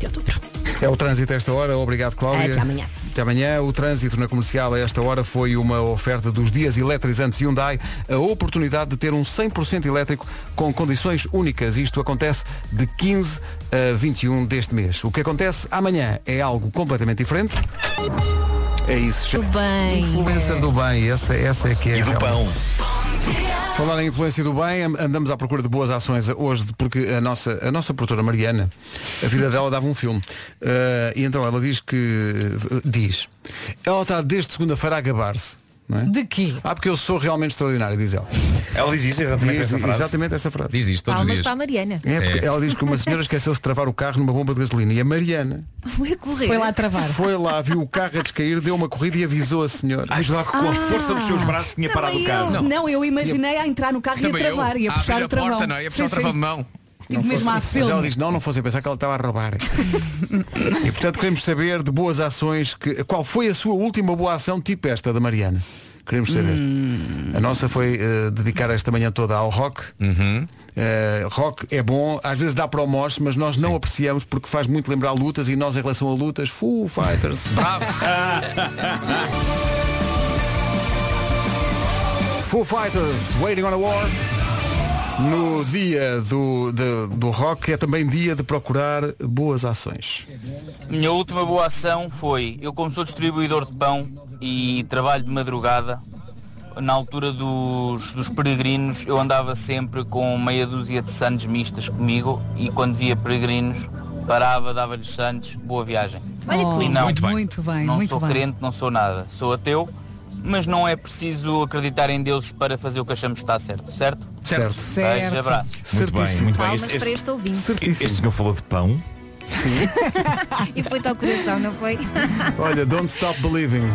Speaker 1: É o trânsito a esta hora. Obrigado, Cláudia.
Speaker 11: Até amanhã.
Speaker 1: Até amanhã. O trânsito na comercial a esta hora foi uma oferta dos dias eletrizantes Hyundai. A oportunidade de ter um 100% elétrico com condições únicas. Isto acontece de 15 a 21 deste mês. O que acontece amanhã é algo completamente diferente. É isso.
Speaker 4: Do bem.
Speaker 1: Influencer do bem, essa, essa é que é.
Speaker 18: E do
Speaker 1: a
Speaker 18: pão.
Speaker 1: Falar em influência do bem, am- andamos à procura de boas ações hoje, porque a nossa, a nossa produtora Mariana, a vida dela dava um filme. Eh, e então ela diz que. eh, Diz. Ela está desde segunda-feira a gabar-se. Não é? De quê? Ah, porque eu sou realmente extraordinário, diz ela.
Speaker 18: Ela diz isso exatamente
Speaker 1: Diz
Speaker 18: essa frase.
Speaker 1: Exatamente essa frase.
Speaker 6: Diz isto
Speaker 4: Palmas para a Mariana.
Speaker 1: É, porque ela diz que uma senhora esqueceu-se de travar o carro numa bomba de gasolina e a Mariana
Speaker 4: Foi a correr.
Speaker 1: foi lá, viu o carro a descair, deu uma corrida e avisou a senhora.
Speaker 18: Ai, lá com a força dos seus braços tinha parado o carro.
Speaker 3: Não. eu imaginei a entrar no carro
Speaker 18: Também
Speaker 3: e a
Speaker 18: eu.
Speaker 3: travar
Speaker 6: Ah,
Speaker 3: e a
Speaker 18: A
Speaker 3: puxar
Speaker 18: abrir
Speaker 3: o
Speaker 18: a
Speaker 3: travão.
Speaker 18: porta, não é? A puxar o
Speaker 3: Sim, sim.
Speaker 18: travão.
Speaker 3: Tipo
Speaker 1: fosse-
Speaker 3: mesmo à
Speaker 1: Mas ela
Speaker 3: filme.
Speaker 1: diz, não, não fossem pensar que ela estava a roubar. e portanto queremos saber de boas ações, que, qual foi a sua última boa ação, tipo esta da Mariana. Queremos saber. A nossa foi eh, dedicar esta manhã toda ao rock. Eh, rock é bom, às vezes dá para o mosh, mas nós não apreciamos porque faz muito lembrar lutas e nós em relação a lutas, Foo Fighters.
Speaker 6: Bravo.
Speaker 1: Foo Fighters, Waiting on a War. No dia do, de- do rock é também dia de procurar boas ações.
Speaker 7: Minha última boa ação foi, eu como sou distribuidor de pão e trabalho de madrugada, na altura dos, dos peregrinos eu andava sempre com meia dúzia de sandes mistas comigo e quando via peregrinos parava, dava-lhes sandes, boa viagem.
Speaker 3: Olha que
Speaker 7: E
Speaker 3: lindo.
Speaker 7: não,
Speaker 3: Muito bem. Muito bem,
Speaker 7: não
Speaker 3: muito
Speaker 7: sou
Speaker 3: bem.
Speaker 7: crente, não sou nada, sou ateu, mas não é preciso acreditar em Deus para fazer o que achamos que está certo, certo?
Speaker 1: Certo.
Speaker 7: Beijo,
Speaker 1: Certo.
Speaker 7: abraço.
Speaker 18: Muito bem, muito bem.
Speaker 4: Palmas para este ouvinte.
Speaker 18: este senhor falou de pão.
Speaker 4: e foi-te ao coração, não foi?
Speaker 1: Olha, don't stop believing.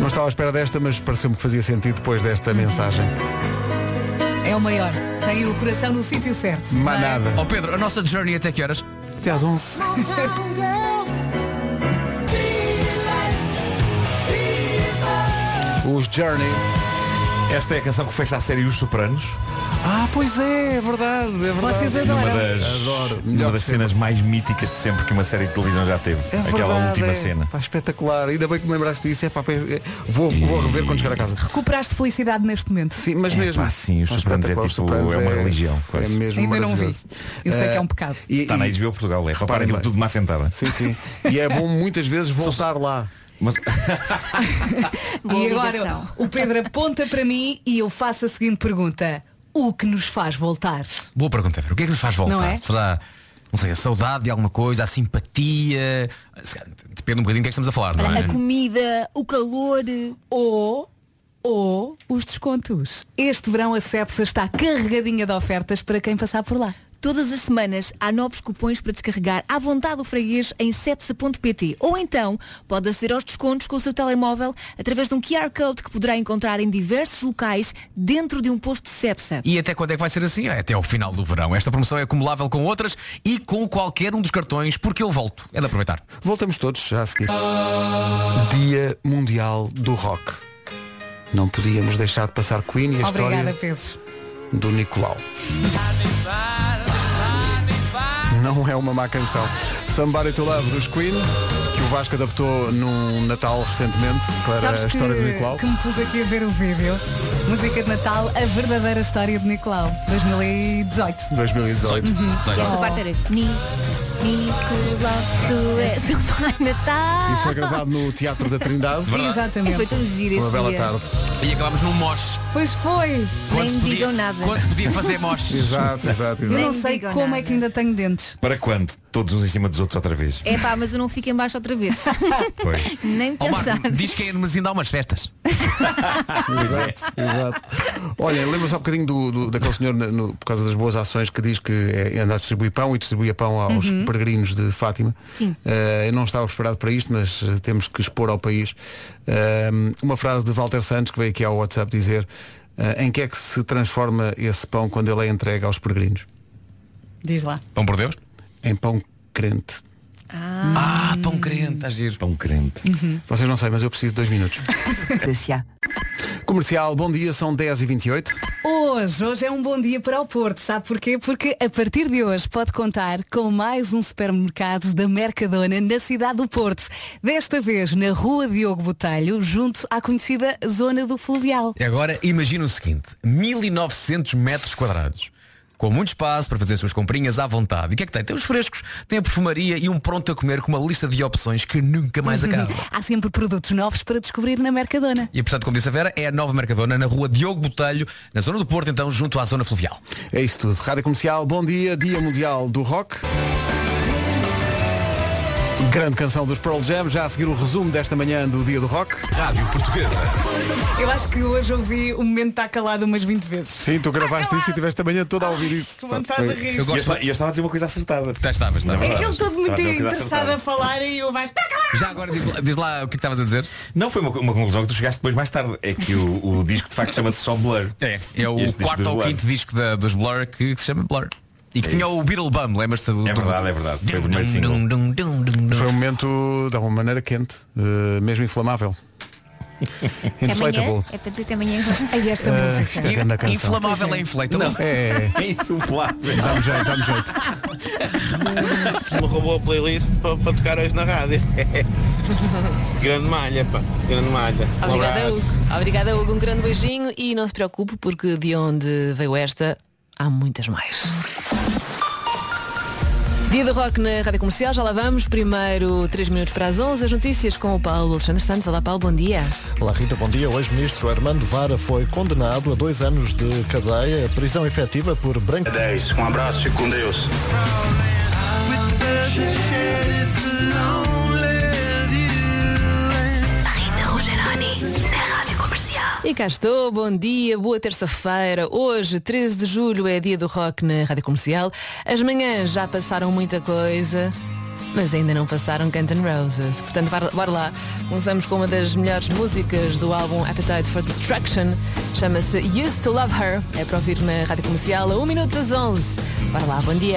Speaker 1: Não estava à espera desta, mas pareceu-me que fazia sentido depois desta mensagem.
Speaker 3: É o maior. Tem o coração no sítio certo.
Speaker 1: Mas nada.
Speaker 6: Ó Pedro, a nossa journey até que horas?
Speaker 1: Até às 11. Os Journey.
Speaker 18: Esta é a canção que fecha a série Os Sopranos.
Speaker 1: Ah, pois é, é verdade, é verdade.
Speaker 3: Vocês adoram.
Speaker 18: Numa das, numa das cenas mais míticas de sempre que uma série de televisão já teve.
Speaker 1: É
Speaker 18: Aquela
Speaker 1: verdade,
Speaker 18: última
Speaker 1: é.
Speaker 18: cena.
Speaker 1: Pá, espetacular, ainda bem que me lembraste disso. É, pá, é- vou, vou rever quando chegar a casa.
Speaker 3: Recuperaste felicidade neste momento.
Speaker 1: Sim, mas mesmo.
Speaker 18: É Pá, sim, os
Speaker 1: Mas
Speaker 18: Sopranos é tipo
Speaker 1: espetacular, os Sopranos
Speaker 18: é uma
Speaker 1: é-
Speaker 18: religião. Quase.
Speaker 1: é mesmo
Speaker 3: Ainda não vi.
Speaker 1: maravilhoso.
Speaker 3: Eu sei
Speaker 1: Eh,
Speaker 3: que é um pecado.
Speaker 1: e-
Speaker 18: Está na
Speaker 1: e-
Speaker 18: HBO Portugal, é reparem
Speaker 1: Reparem
Speaker 18: aquilo
Speaker 1: bem.
Speaker 18: tudo má sentada.
Speaker 1: Sim, sim. E é bom muitas vezes voltar lá.
Speaker 18: Mas...
Speaker 3: E
Speaker 4: Boa
Speaker 3: agora
Speaker 4: ligação.
Speaker 3: o Pedro aponta para mim e eu faço a seguinte pergunta. O que nos faz voltar?
Speaker 6: Boa pergunta, Vera. O que é que nos faz voltar?
Speaker 3: Não é?
Speaker 6: Será, não sei, a saudade de alguma coisa, a simpatia? Se calhar, Depende um bocadinho do que é que estamos a falar, não
Speaker 4: Olha,
Speaker 6: é?
Speaker 4: a comida, o calor.
Speaker 3: Ou, ou os descontos. Este verão a Cepsa está carregadinha de ofertas para quem passar por lá.
Speaker 4: Todas as semanas há novos cupons para descarregar à vontade o freguês em cepsa.pt ou então pode aceder aos descontos com o seu telemóvel através de um QR Code que poderá encontrar em diversos locais dentro de um posto Cepsa.
Speaker 6: E até quando é que vai ser assim? É Até ao final do verão. Esta promoção é acumulável com outras e com qualquer um dos cartões, porque eu volto. É de aproveitar.
Speaker 1: Voltamos todos já a seguir. Dia Mundial do Rock. Não podíamos deixar de passar Queen e a
Speaker 3: Obrigada,
Speaker 1: história
Speaker 3: Pedro.
Speaker 1: do Nicolau. Não é uma má canção. Somebody to Love dos Queen, que o Vasco adaptou num Natal recentemente para
Speaker 3: Sabes
Speaker 1: a
Speaker 3: que,
Speaker 1: história do Nicolau.
Speaker 3: que me pus aqui a ver o vídeo. Música de Natal, a verdadeira história de Nicolau, 2018.
Speaker 1: 2018.
Speaker 3: Uhum.
Speaker 4: E esta parte era ni,
Speaker 16: Nicolau, tu és o Pai Natal.
Speaker 1: E foi gravado no Teatro da Trindade.
Speaker 6: Verdade.
Speaker 16: E tá. foi tão giro esse
Speaker 1: Uma bela
Speaker 16: dia.
Speaker 1: tarde.
Speaker 6: E acabámos num mosh.
Speaker 3: Pois foi.
Speaker 6: Quando se podia- Quando se podia fazer mosh.
Speaker 1: Exato, exato,
Speaker 3: Eu não sei
Speaker 16: digo
Speaker 3: como é que ainda tenho dentes.
Speaker 18: Para quando? Todos uns em cima dos outros outra vez.
Speaker 16: É pá, mas eu não fico em baixo outra vez. Nem
Speaker 6: Ó
Speaker 16: pensar.
Speaker 6: Marco, diz que é em Hermesinde há umas festas.
Speaker 1: Exato, exato. Olha, lembra-se há bocadinho do, do- daquele senhor na- no- por causa das boas ações que diz que é, anda a distribuir pão e distribui pão aos
Speaker 16: Uhum.
Speaker 1: peregrinos de Fátima.
Speaker 16: Sim.
Speaker 1: Eh, eu não estava preparado para isto, mas eh, temos que expor ao país. Eh, uma frase de Walter Santos que veio aqui ao WhatsApp dizer eh, em que é que se transforma esse pão quando ele é entregue aos peregrinos?
Speaker 3: Diz lá.
Speaker 6: Pão por Deus?
Speaker 1: Em pão crente.
Speaker 6: Ah, pão crente, às vezes.
Speaker 18: Pão crente.
Speaker 1: Vocês não sabem, mas eu preciso de dois minutos. Comercial, bom dia, são 10h28.
Speaker 3: Hoje, hoje é um bom dia para o Porto, sabe porquê? Porque a partir de hoje pode contar com mais um supermercado da Mercadona na cidade do Porto. Desta vez na Rua Diogo Botelho, junto à conhecida Zona do Fluvial.
Speaker 6: E Agora imagina o seguinte, 1900 metros quadrados. Com muito espaço para fazer as suas comprinhas à vontade. E o que é que tem? Tem os frescos, tem a perfumaria e um pronto a comer com uma lista de opções que nunca mais acaba.
Speaker 3: Há sempre produtos novos para descobrir na Mercadona.
Speaker 6: E portanto, como disse a Vera, é a nova Mercadona na rua Diogo Botelho, na zona do Porto, então, junto à zona fluvial.
Speaker 1: É isso tudo. Rádio Comercial, bom dia, Dia Mundial do Rock. Grande canção dos Pearl Jam, já a seguir o resumo desta manhã do Dia do Rock.
Speaker 8: Rádio Portuguesa.
Speaker 3: Eu acho que hoje ouvi o momento está calado umas 20 vezes.
Speaker 1: Sim, tu gravaste isso e tiveste a manhã toda a ouvir isso.
Speaker 3: que vontade de rir. Eu
Speaker 18: Eu,
Speaker 3: gosto-
Speaker 18: esta- eu estava a dizer uma coisa acertada.
Speaker 6: Tá, estavas, estavas.
Speaker 3: É que ele todo muito
Speaker 18: Estava a dizer uma coisa
Speaker 3: interessado a falar e eu vais. Está calado!
Speaker 6: Já agora diz lá, diz lá o que é que estavas a dizer.
Speaker 18: Não, foi uma, uma conclusão que tu chegaste depois mais tarde. É que o, o disco de facto chama-se só Blur.
Speaker 6: É, é o
Speaker 18: Este disco
Speaker 6: quarto
Speaker 18: do
Speaker 6: ou
Speaker 18: Blur.
Speaker 6: quinto disco da- dos Blur que se chama Blur. E que
Speaker 18: É
Speaker 6: tinha
Speaker 18: isso.
Speaker 6: o Beetle Bum, lembras-te?
Speaker 18: É verdade, é verdade. Foi o primeiro single.
Speaker 1: Foi um momento de alguma maneira quente, eh, mesmo inflamável.
Speaker 16: Até amanhã.
Speaker 1: Inflatable.
Speaker 16: É para dizer até amanhã.
Speaker 3: Ai, esta
Speaker 1: Ah, isto é grande canção.
Speaker 6: Inflamável é inflatable.
Speaker 1: Não, É, é.
Speaker 18: insuflável.
Speaker 1: Dá-me jeito, dá-me jeito.
Speaker 5: Me roubou a playlist para, para tocar hoje na rádio. grande malha, pá. Grande malha. Um
Speaker 9: Obrigada,
Speaker 5: abraço.
Speaker 9: Hugo. Obrigada, Hugo. Um grande beijinho e não se preocupe porque de onde veio esta há muitas mais. Dia do Rock na Rádio Comercial, já lá vamos. Primeiro, 3 minutos para as 11, as notícias com o Paulo Alexandre Santos. Olá, Paulo, bom dia.
Speaker 23: Olá Rita, bom dia. O ex-ministro Armando Vara foi condenado a dois anos de cadeia, prisão efetiva por branco.
Speaker 24: 10. Um abraço, fique com Deus.
Speaker 9: Rita Rogeroni, na Rádio Comercial. E cá estou, bom dia, boa terça-feira. Hoje, 13 de julho, é dia do rock na Rádio Comercial. As manhãs já passaram muita coisa, mas ainda não passaram Guns N' Roses. Portanto, bora- bora lá. Começamos com uma das melhores músicas do álbum Appetite for Destruction. um Chama-se Used to Love Her. É para ouvir na Rádio Comercial a 1 minuto das 11. Bora lá, bom dia.